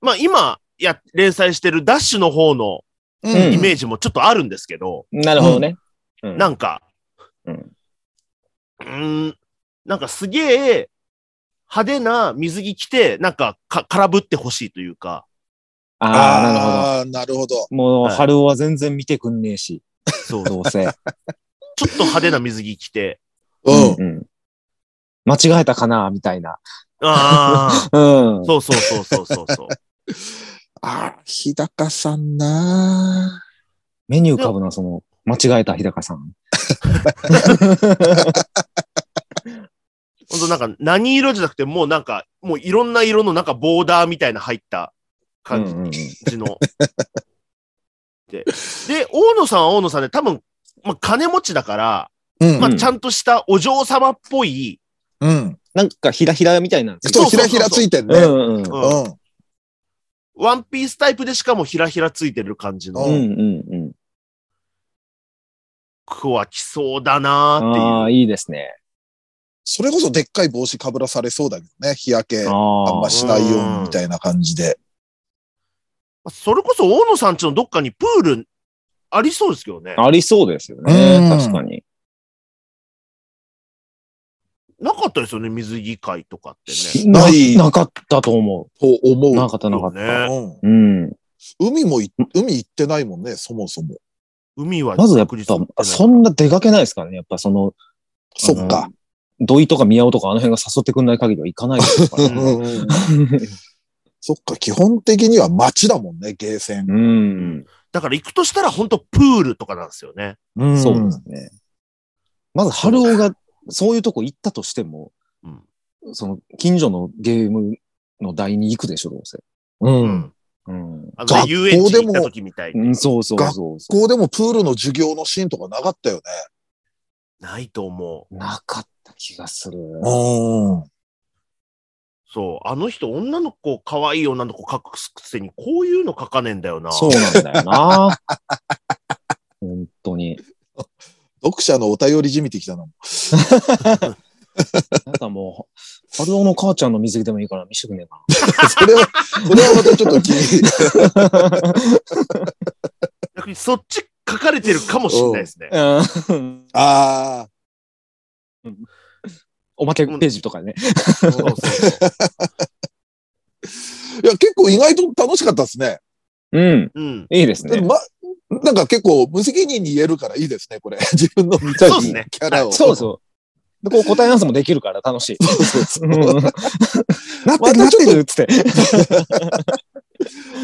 Speaker 4: まあ今、や、連載してるダッシュの方の
Speaker 2: う
Speaker 3: うん
Speaker 4: イメージもちょっとあるんですけど、
Speaker 3: なるほどね。うん
Speaker 4: なんか、
Speaker 3: う
Speaker 4: うんーん、なんかすげえ派手な水着着て、なんかか空振ってほしいというか、
Speaker 3: ああ、なるほど。
Speaker 2: ああ、なるほど。
Speaker 3: もう、
Speaker 4: はい
Speaker 3: 春尾は全然見てくんねえし、
Speaker 4: そう、ちょ
Speaker 3: どうせ。 (laughs)
Speaker 4: っと派手な水着着て、
Speaker 2: うん。
Speaker 3: うん間違えたかなみたいな。
Speaker 4: あ
Speaker 3: うん
Speaker 4: あ、。そうそうそうそうそうそう。
Speaker 2: ああ、日高さんなあ
Speaker 3: メニューかぶな、その、間違えた日高さん。
Speaker 4: 本当なんか何色じゃなくて、もうなんか、もういろんな色のなんかボーダーみたいな入った感じ
Speaker 3: うんうんうん
Speaker 4: じの。で、で、大野さんは大野さんで多分、まあ、金持ちだから、
Speaker 2: うん
Speaker 4: ま。あ、ちゃんとしたお嬢様っぽい、
Speaker 2: うん。
Speaker 3: なんかひらひらみたいなんです
Speaker 2: そう、
Speaker 4: そうそうそう
Speaker 2: ひらひらついてる
Speaker 3: う
Speaker 2: ね。
Speaker 3: んうん。
Speaker 4: う
Speaker 2: うんん。
Speaker 4: ワンピースタイプでしかもひらひらついてる感じ
Speaker 3: う
Speaker 2: う
Speaker 4: の
Speaker 2: ん
Speaker 3: んうんうん。
Speaker 4: 子は来そうだなーっていう
Speaker 3: あ。あ、いいですね。
Speaker 2: それこそでっかい帽子かぶらされそうだけどね。日焼けあん
Speaker 3: あ
Speaker 2: ましないようにみたいな感じで。
Speaker 4: まあそれこそ大野さんちのどっかにプールありそうですけどね
Speaker 3: あ。。ありそうですよね。
Speaker 2: うん
Speaker 3: 確かに。
Speaker 4: なかったですよね、水着会とかってね。
Speaker 2: ない
Speaker 3: ななかったと思
Speaker 2: と思
Speaker 3: う。
Speaker 2: う。
Speaker 3: なかったなかった。
Speaker 4: ね
Speaker 2: うん
Speaker 3: うん。
Speaker 2: 海もい、海行ってないもんね、そもそも。
Speaker 4: 海は
Speaker 3: まずやっ
Speaker 4: 確実に行ってな
Speaker 3: ぱ、
Speaker 4: い
Speaker 3: そんな出かけないですからね。やっぱその、
Speaker 2: そっか。
Speaker 3: 土井とか宮尾とかあの辺が誘ってくんない限りは行かないですから
Speaker 4: う
Speaker 3: ね
Speaker 4: ん
Speaker 2: うんうんうんそっか、基本的には街だもんね、ゲーセン。
Speaker 3: (laughs) うん。
Speaker 4: だから行くとしたら本当プールとかなんですよね。
Speaker 2: うん
Speaker 3: そうですね。まず、春尾がそういうとこ行ったとしても、
Speaker 4: うん
Speaker 3: その、近所のゲームの台に行くでしょ、どうせ。
Speaker 2: うん
Speaker 4: うん。
Speaker 3: うん。
Speaker 4: あ
Speaker 2: 学
Speaker 4: の、
Speaker 2: 校
Speaker 4: ね、遊園地
Speaker 2: で
Speaker 4: 行
Speaker 2: も
Speaker 4: った時みたいに。
Speaker 3: うん、そうそうそうそ
Speaker 2: 学校でもプールの授業のシーンとかなかったよね。
Speaker 4: ないと思う。
Speaker 3: う。なかった気がする。
Speaker 2: うん。
Speaker 4: そう。あの人、女の子、可愛い女の子描くくせに、こういうの描かねえんだよな。
Speaker 3: そうなんだよ (laughs) な。本当に。
Speaker 2: 読者のお便りじみてきたな。 (laughs)
Speaker 3: なんかもう、春尾の母ちゃんの水着でもいいから見せてくんねえか
Speaker 2: それは、それはまたちょっと気に。 (laughs)
Speaker 4: 逆にそっち描かれてるかもしれないですね。
Speaker 3: (laughs) な。うん
Speaker 2: ああ、
Speaker 3: おまけページとかね。
Speaker 4: そうそうそう。
Speaker 2: いや、結構意外と楽しかったですね。
Speaker 3: うん。
Speaker 4: うん。
Speaker 3: いいです
Speaker 2: で
Speaker 3: ね。
Speaker 2: ま、なんか結構無責任に言えるからいいですね、これ。 (laughs) 自分の見たい
Speaker 4: そうっすね
Speaker 2: キャラを。
Speaker 3: そうそう。で、こう答え合わせもできるから楽しい。
Speaker 2: うそうそう
Speaker 3: うんなって
Speaker 2: ま
Speaker 3: るなっ
Speaker 2: ち
Speaker 3: た
Speaker 2: ょ
Speaker 3: て
Speaker 2: っ
Speaker 3: るっつっ
Speaker 2: と、
Speaker 3: て。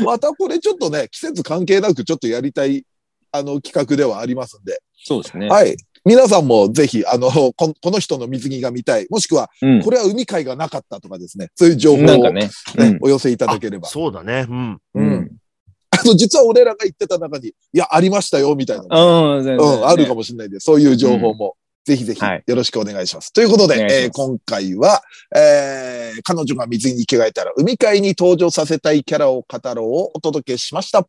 Speaker 2: またこれちょっとね、季節関係なくちょっとやりたい、あの、企画ではありますんで。
Speaker 3: そうですね。
Speaker 2: はい。皆さんもぜひ、あの、こんこの人の水着が見たい、もしくは、
Speaker 3: うん
Speaker 2: これは海海がなかったとかですね、そういう情報を、
Speaker 3: なんか
Speaker 2: ね
Speaker 3: ね。うん
Speaker 2: お寄せいただければ。
Speaker 4: そうだね。うん。
Speaker 2: う。あと、実は俺らが言ってた中に、いや、ありましたよ、みたいなのも。
Speaker 3: うん、全然
Speaker 2: うん、あるか
Speaker 3: も。
Speaker 2: もしれないんで、そういう情報も、ぜひぜひ、
Speaker 3: は
Speaker 2: よ
Speaker 3: い
Speaker 2: ろしくお願いします。ということで、
Speaker 3: お願い
Speaker 2: え
Speaker 3: します
Speaker 2: ー今回は、えー彼女が水着に着替えたら、海海に登場させたいキャラを語ろうをお届けしました。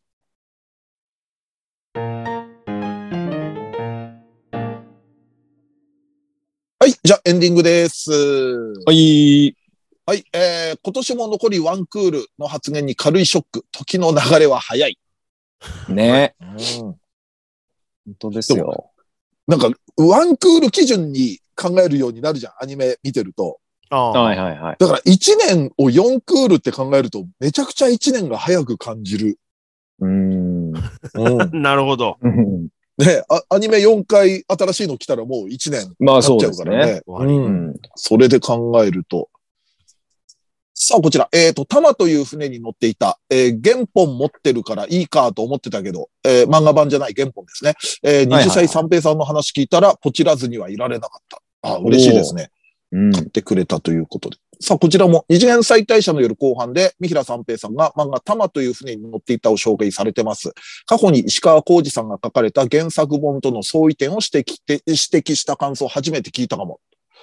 Speaker 2: はい、じゃあエンディングです。
Speaker 3: はい。
Speaker 2: はい、えー今年も残りワンクールの発言に軽いショック。時の流れは早い。
Speaker 3: ね本当ですよ。
Speaker 2: なんか、ワンクール基準に考えるようになるじゃん、アニメ見てると。
Speaker 4: ああ。
Speaker 3: はいはいはい。
Speaker 2: だから1年を4クールって考えると、めちゃくちゃ1年が早く感じる。
Speaker 3: うーん。
Speaker 4: なるほど。
Speaker 2: ねあアニメ4回新しいの来たらもう1年
Speaker 3: ま
Speaker 2: 経
Speaker 3: あそ
Speaker 2: っ
Speaker 3: う
Speaker 2: ちゃ
Speaker 3: で
Speaker 2: う
Speaker 3: す
Speaker 2: から
Speaker 3: ね。
Speaker 2: ね。
Speaker 4: 終わり
Speaker 2: う
Speaker 3: うんん。
Speaker 2: それで考えると。さあ、こちら。えっ、と、タマという船に乗っていた、えー原本持ってるからいいかと思ってたけど、えー漫画版じゃない原本ですね。えー、
Speaker 3: はいはい
Speaker 2: 20歳三平さんの話聞いたら、ポチらずにはいられなかった。あ、嬉しいですね。
Speaker 3: うん。
Speaker 2: 買ってくれたということで。さあ、こちらも二次元再退社の夜後半で、三平三平さんが漫画タマという船に乗っていたを紹介されてます。過去に石川浩二さんが書かれた原作本との相違点を指摘て指摘した感想を初めて聞いたかも。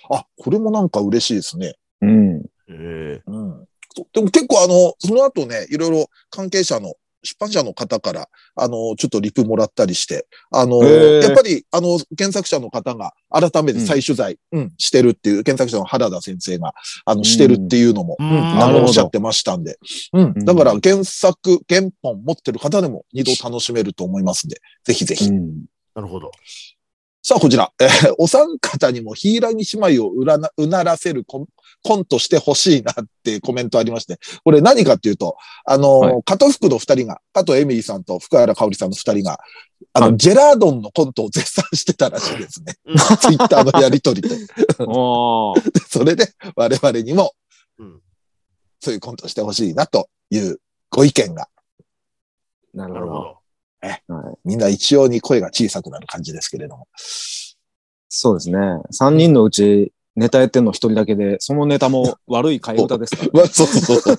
Speaker 2: あ、これもなんか嬉しいですね。
Speaker 3: うん。
Speaker 4: ええ
Speaker 2: うん。とでも結構あの、その後ね、いろいろ関係者の、出版社の方から、あの、ちょっとリプもらったりして、あの、
Speaker 3: へー
Speaker 2: やっぱり、あの、原作者の方が改めて再取材、うんしてるっていう、原作者の原田先生が、あの、してるっていうのも、
Speaker 4: う
Speaker 2: うんん、
Speaker 4: な
Speaker 2: あ
Speaker 4: るほ
Speaker 2: の
Speaker 4: ど
Speaker 2: おっしゃってましたんで、うん。だから原作、原
Speaker 3: (laughs)
Speaker 2: 本持ってる方でも二度楽しめると思いますんで、ぜひぜひ。
Speaker 3: うん
Speaker 4: なるほど。
Speaker 2: さあ、こちら。えーお三方にもヒイラギ姉妹をうらな、うならせるコンコントしてほしいなってコメントありまして、これ何かっていうと、あのー、
Speaker 3: は
Speaker 2: 加藤福の二人が、加藤エミリーさんと福原香織さんの二人が、あの、
Speaker 3: はい
Speaker 2: ジェラードンのコントを絶賛してたらしいですね。 (laughs) ツイッターのやりと
Speaker 3: (laughs)
Speaker 2: りで。
Speaker 3: ああ。
Speaker 2: それで、我々にも
Speaker 4: うん、
Speaker 2: そういうコントしてほしいなというご意見が、
Speaker 3: なる
Speaker 4: なるほ。ど。
Speaker 2: みんな一様に声が小さくなる感じですけれども。。
Speaker 3: そうですね。3人のうち、ネタやってんの1人だけで、そのネタも悪い替え歌ですから
Speaker 2: まあ、そうそうそ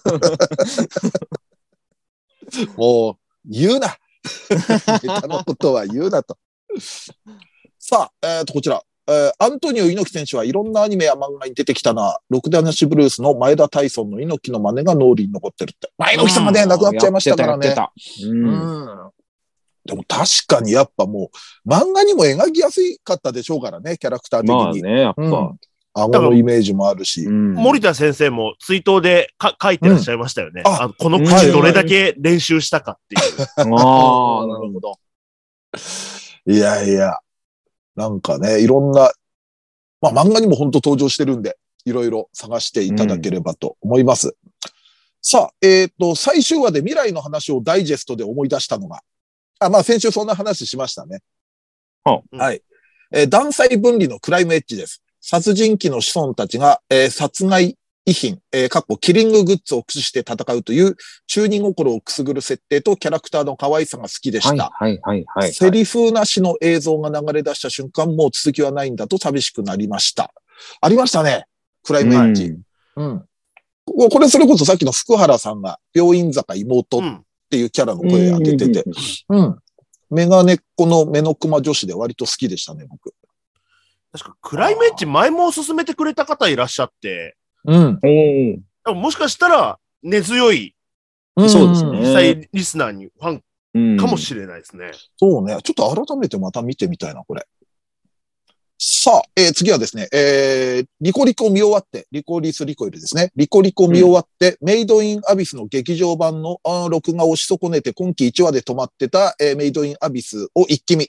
Speaker 2: う。もう、 (laughs) 言う
Speaker 3: (laughs)
Speaker 2: なネタのことは言うなと。さあ、えっ、と、こちら。えーアントニオ猪木選手はいろんなアニメや漫画に出てきたな。ロクダナシブルースの前田大孫の猪木の真似が脳裏に残ってるって。まあ、猪木さんがね、亡くなっちゃいましたからね。
Speaker 3: やってたやってたうん
Speaker 2: でも確かにやっぱもう、漫画にも描きやすかったでしょうからね、キャラクター的に。
Speaker 3: まあね、やっぱ。
Speaker 2: うん顎
Speaker 4: だか
Speaker 2: の
Speaker 4: ら
Speaker 2: イメージもあるし。
Speaker 3: うん
Speaker 4: 森田先生も追悼でか書いてらっしゃいましたよね。
Speaker 2: うんあ
Speaker 4: あのこの口どれだけ練習したかっていう。
Speaker 3: ああ、なるほど。
Speaker 2: いやいや。なんかね、いろんな、まあ漫画にも本当登場してるんで、いろいろ探していただければと思います。さあ、えっ、と、最終話で未来の話をダイジェストで思い出したのが、あ、まあ先週そんな話しましたね。
Speaker 3: は
Speaker 4: あ
Speaker 2: はい。えー断裁分離のクライムエッジです。殺人鬼の子孫たちが、えー殺害遺品、えー、かっこキリンググッズを駆使して戦うという中二心をくすぐる設定とキャラクターの可愛さが好きでした。
Speaker 3: はいはいはいはい。
Speaker 2: セリフなしの映像が流れ出した瞬間、もう続きはないんだと寂しくなりました。ありましたね。クライムエッジ。うん。こここれそれこそさっきの福原さんが病院坂妹っ
Speaker 4: うん
Speaker 2: ていうキャラの
Speaker 3: うん
Speaker 2: 声当ててて
Speaker 3: う。ん
Speaker 2: うん。メガネっ子の目の熊女子で割と好きでしたね、僕。
Speaker 4: 確かクライムエッジ前も勧めてくれた方いらっしゃって、
Speaker 2: うん。
Speaker 3: お
Speaker 4: でももしかしたら根強い
Speaker 3: ーそうですね。
Speaker 4: 実際リスナーにファン
Speaker 3: うん
Speaker 4: かもしれないですね。
Speaker 2: そうね。ちょっと改めてまた見てみたいな、これ。さあ、えー次はですね、えーリコリコ見終わって、リコリスリコイルですね。リコリコ見終わって、メイドインアビスの劇場版のあー録画をし損ねて、今期1話で止まってた、えーメイドインアビスを一気見。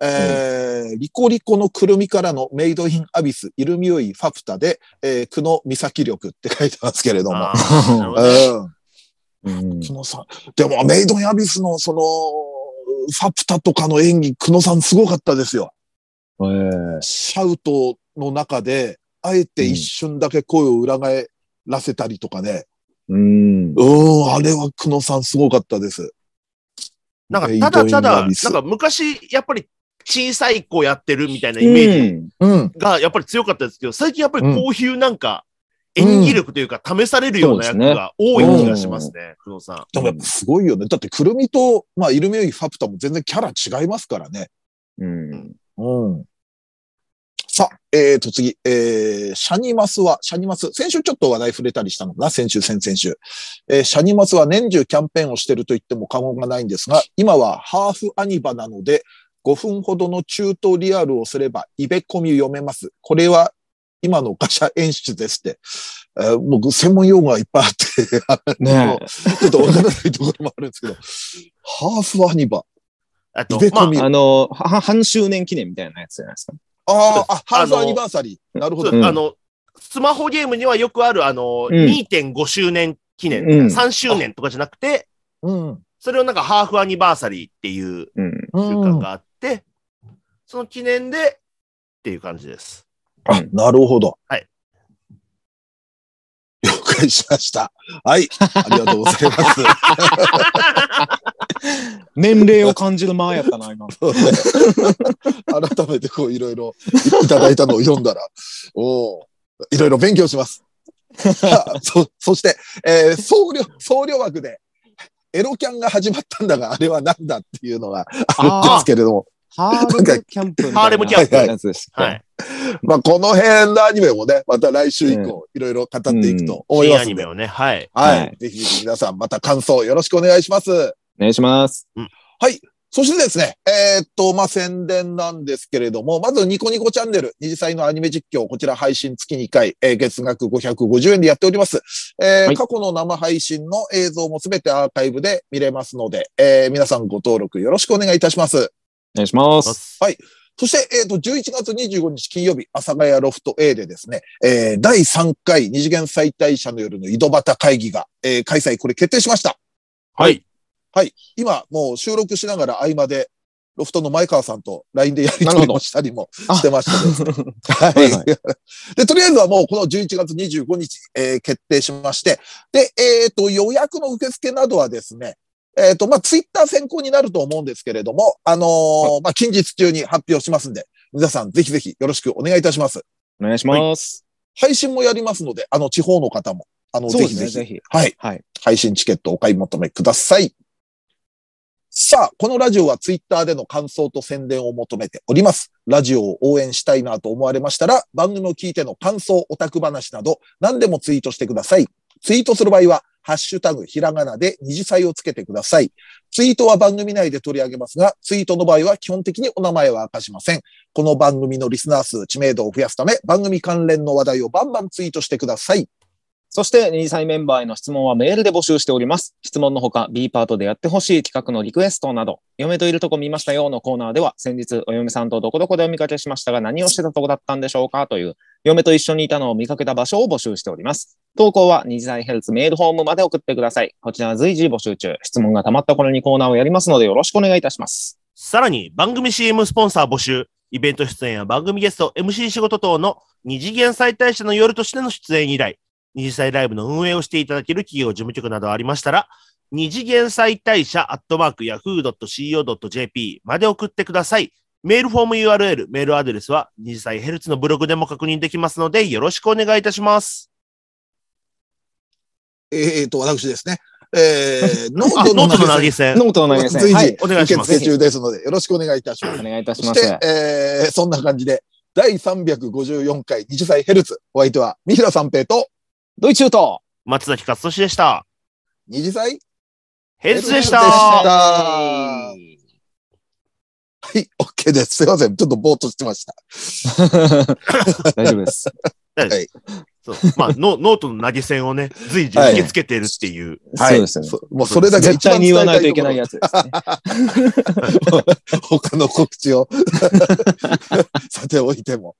Speaker 2: えーリコリコのくるみからのメイドインアビス、イルミオイファプタで、えー、久野美咲力って書いてますけれども。
Speaker 4: あーなるほど
Speaker 2: うん。
Speaker 3: うん
Speaker 2: 久野さん。でも、メイドインアビスの、その、ファプタとかの演技、久野さんすごかったですよ。
Speaker 3: えー
Speaker 2: シャウトの中で、あえて一瞬だけ声を裏返らせたりとかね。
Speaker 3: う
Speaker 2: うん、ん
Speaker 3: ん。
Speaker 2: あれは久野さんすごかったです。
Speaker 4: なんかただた
Speaker 2: メイドイン
Speaker 4: だ、
Speaker 2: アビス
Speaker 4: なんか昔やっぱり小さい子やってるみたいなイメージ
Speaker 3: ジ。
Speaker 2: うん。
Speaker 4: がやっぱり強かったですけど、最近やっぱり
Speaker 2: うん
Speaker 4: こういうなんか演技力というか試されるような役が多い気がしますね、工藤さん。
Speaker 2: でもやっぱすごいよね。だって、くるみと、まあ、イルミよりファプタも全然キャラ違いますからね。
Speaker 3: うん。
Speaker 2: うん。さあ、えーと、次、えー、シャニマスは、シャニマス、先週ちょっと話題触れたりしたのかな先週、先々週。えーシャニマスは年中キャンペーンをしてると言っても過言がないんですが、今はハーフアニバなので、5分ほどの中東リアルをすれば、イベコミ読めます。これは、今のガシャ演出ですって。えー僕、専門用語がいっぱいあって、あ
Speaker 3: ね
Speaker 2: のちょっとわからないところもあるんですけど、ハーフアニバ。
Speaker 4: あ
Speaker 2: イ
Speaker 4: と
Speaker 2: ベ、
Speaker 4: ま
Speaker 2: コ
Speaker 4: あ
Speaker 2: ミ。
Speaker 3: え。あの、は半周年記念みたいなやつじゃないですか。
Speaker 2: あーあ、ハーフ
Speaker 4: あの
Speaker 2: アニバーサリー。なるほど。
Speaker 4: そう
Speaker 3: うん
Speaker 4: あの、スマホゲームにはよくある、あの、
Speaker 3: うん
Speaker 4: 2.5周年記念、
Speaker 3: うん
Speaker 4: 3周年とかじゃなくて、
Speaker 2: うん。
Speaker 4: それをなんかハーフアニバーサリーっていう
Speaker 3: うん。
Speaker 2: う
Speaker 4: 習
Speaker 2: ん
Speaker 4: 慣があって、その記念でっていう感じです。
Speaker 2: あ、なるほど。
Speaker 4: はい。
Speaker 2: 了解しました。はい。ありがとうございます。
Speaker 3: (laughs) 年齢を感じる間やったな、今。
Speaker 2: 改めてこういろいろいただいたのを読んだら、おお、いろいろ勉強します。さあそ、そして、えー僧侶、僧侶枠で、エロキャンが始まったんだが、あれはなんだっていうのがあるんですけれども、
Speaker 3: (laughs) ハーレムキャンプみたいな。
Speaker 4: ハーレムキャ
Speaker 2: ンプ
Speaker 3: はいはいやつです。
Speaker 4: はい。
Speaker 2: まあ、この辺のアニメもね、また来週以降、いろいろ語っていくと思い
Speaker 4: 新
Speaker 2: ま
Speaker 4: ア
Speaker 2: す
Speaker 4: ニ
Speaker 2: の
Speaker 4: メ
Speaker 2: で。
Speaker 4: をね、はい。
Speaker 2: はい、
Speaker 3: はい
Speaker 2: ぜひぜひ皆さん、また感想よろしくお願いします。
Speaker 3: お願いします。
Speaker 2: そしてですね、えーっと、まあ、宣伝なんですけれども、まずニコニコチャンネル、二次祭のアニメ実況、こちら配信月2回、えー月額550円でやっております。えー
Speaker 3: はい
Speaker 2: 過去の生配信の映像もすべてアーカイブで見れますので、えー皆さんご登録よろしくお願いいたします。
Speaker 3: お願いします。
Speaker 2: はい。そして、えっ、と、11月25日金曜日、阿佐ヶ谷ロフト A でですね、えー第3回二次元再退社の夜の井戸端会議が、えー開催、これ決定しました。
Speaker 4: はい。
Speaker 2: 今、もう収録しながら合間で、ロフトの前川さんと LINE でやり取りもしたりも
Speaker 3: あ
Speaker 2: してましたですね
Speaker 3: (laughs) はいは
Speaker 2: はい。 (laughs) で、とりあえずはもうこの11月25日、えー決定しまして、で、えっ、と、予約の受付などはですね、えっ、と、まあ、ツイッター先行になると思うんですけれども、あのーまあ、近日中に発表しますんで、皆さんぜひぜひよろしくお願いいたします。
Speaker 3: お願いします。
Speaker 2: 配信もやりますので、あの、地方の方も、あの、
Speaker 3: そう
Speaker 2: ぜひ
Speaker 3: です
Speaker 2: ぜ
Speaker 3: ね、
Speaker 2: ひ
Speaker 3: ぜひ。
Speaker 2: はい。
Speaker 3: はい
Speaker 2: 配信チケットお買い求めください。さあ、このラジオはツイッターでの感想と宣伝を求めております。ラジオを応援したいなと思われましたら、番組を聞いての感想、オタク話など、何でもツイートしてください。ツイートする場合は、ハッシュタグ、ひらがなで二次祭をつけてください。ツイートは番組内で取り上げますが、ツイートの場合は基本的にお名前は明かしません。この番組のリスナー数、知名度を増やすため、番組関連の話題をバンバンツイートしてください。
Speaker 3: そして、二次祭メンバーへの質問はメールで募集しております。質問のほか、B パートでやってほしい企画のリクエストなど、嫁といるとこ見ましたよのコーナーでは、先日、お嫁さんとどこどこでお見かけしましたが、何をしてたとこだったんでしょうかという、嫁と一緒にいたのを見かけた場所を募集しております。投稿は二次祭ヘルツメールホームまで送ってください。こちらは随時募集中。質問が溜まった頃にコーナーをやりますので、よろしくお願いいたします。
Speaker 4: さらに、番組 CM スポンサー募集、イベント出演や番組ゲスト、MC 仕事等の二次元再大社の夜としての出演以来、二次祭ライブの運営をしていただける企業事務局などありましたら、二次元再大社アットマーク yahoo.co.jp まで送ってください。メールフォーム URL、メールアドレスは二次祭ヘルツのブログでも確認できますので、よろしくお願いいたします。
Speaker 2: えー、と、私ですね。
Speaker 3: (laughs)
Speaker 2: えー、ノ
Speaker 4: あ、
Speaker 2: ート
Speaker 4: ノ
Speaker 2: の
Speaker 4: ートの投
Speaker 2: 投げ
Speaker 4: げ銭。
Speaker 3: ノートの投げ
Speaker 2: 随
Speaker 3: 銭。
Speaker 2: 時
Speaker 3: はい。
Speaker 4: お願いし
Speaker 2: 受
Speaker 4: ます
Speaker 2: 付。中ですので、よろしくお願いいたします。
Speaker 3: お願いいたし
Speaker 2: そし
Speaker 3: ま
Speaker 2: て
Speaker 3: す。、
Speaker 2: えー、そんな感じで、第354回20歳ヘルツ、お相手は、三平三平と、
Speaker 3: ドイツ中東
Speaker 4: 松崎勝利でした。
Speaker 2: 二次歳
Speaker 4: ヘルツでした。
Speaker 2: ヘルツでした
Speaker 3: は
Speaker 2: はい、OK です。 (laughs) すいません。ちょっとぼーっとしてました。
Speaker 3: い大丈夫です。
Speaker 4: そう。まあ、ノノートの (laughs) 投げ銭をね、随時受け付けてるっていう。
Speaker 2: はい。
Speaker 3: そうですよね。
Speaker 2: そもうそれだけ
Speaker 3: 絶
Speaker 2: 一
Speaker 3: 対
Speaker 2: 番
Speaker 3: に
Speaker 2: 伝え
Speaker 3: 言わな
Speaker 2: た
Speaker 3: いといけ
Speaker 2: こ
Speaker 3: な
Speaker 2: ろ
Speaker 3: いやつですね。
Speaker 2: 他の告知を、 (laughs) さておいても。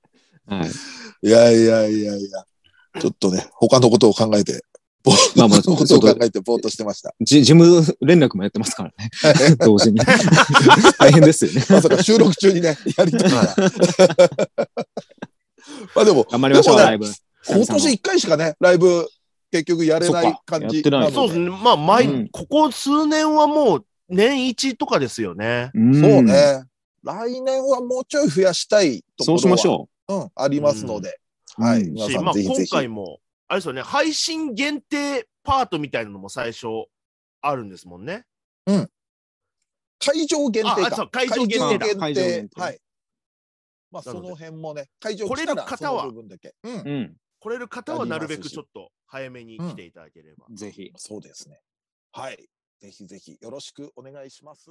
Speaker 3: はい。
Speaker 2: いやいやいやいや。ちょっとね、他のことを考えて、ぼー
Speaker 3: まあまあ
Speaker 2: 他のことを
Speaker 3: ちょっ
Speaker 2: 考
Speaker 3: と
Speaker 2: えてぼーっとしてました。
Speaker 3: じ事務連絡もやってますからね。
Speaker 2: (laughs)
Speaker 3: 同時に。大変ですよね。
Speaker 2: まさか収録中に
Speaker 3: (laughs)
Speaker 2: ね、やりとりが。 (laughs) まあでも、
Speaker 3: 頑張りましょう、
Speaker 2: でもね
Speaker 3: ライブ。
Speaker 2: 今年1回しかね、ライブ、結局やれな
Speaker 3: そっ
Speaker 2: い
Speaker 3: か
Speaker 2: 感
Speaker 3: や
Speaker 2: じ
Speaker 3: ってない
Speaker 2: なの
Speaker 4: そうですね。まあ、毎、ここ数年はもう、年一とかですよね。
Speaker 3: うん
Speaker 2: そう。ね。来年はもうちょい増やしたいところ
Speaker 3: そう
Speaker 2: は
Speaker 3: しましょ
Speaker 2: う。ん、ありますので。
Speaker 3: う。
Speaker 2: はい
Speaker 3: うん
Speaker 2: 皆
Speaker 4: し、
Speaker 2: さん
Speaker 4: まあ、
Speaker 2: ぜひぜ
Speaker 4: 今
Speaker 2: ひ
Speaker 4: 回も、あれですよね、配信限定パートみたいなのも最初あるんですもんね。
Speaker 2: 会場限定
Speaker 4: ああそ
Speaker 2: か
Speaker 4: う。会場限定だ
Speaker 2: 会
Speaker 3: 会
Speaker 2: 場
Speaker 3: 場
Speaker 2: 限
Speaker 3: 限
Speaker 2: 定。
Speaker 3: 定
Speaker 2: はい。まあ、
Speaker 4: な
Speaker 2: そ
Speaker 4: ので
Speaker 2: の辺もね、会場
Speaker 4: 来れ
Speaker 2: 来
Speaker 4: る
Speaker 2: た
Speaker 4: 方は
Speaker 2: らその部分だけ。うん。
Speaker 3: うん。
Speaker 4: 来れる方はなるべ
Speaker 2: ありま
Speaker 4: く
Speaker 2: すし
Speaker 4: ちょっと早めに来ていただければ。
Speaker 3: ぜひ。
Speaker 2: そうですね。はい。ぜひぜひよろしくお願いします。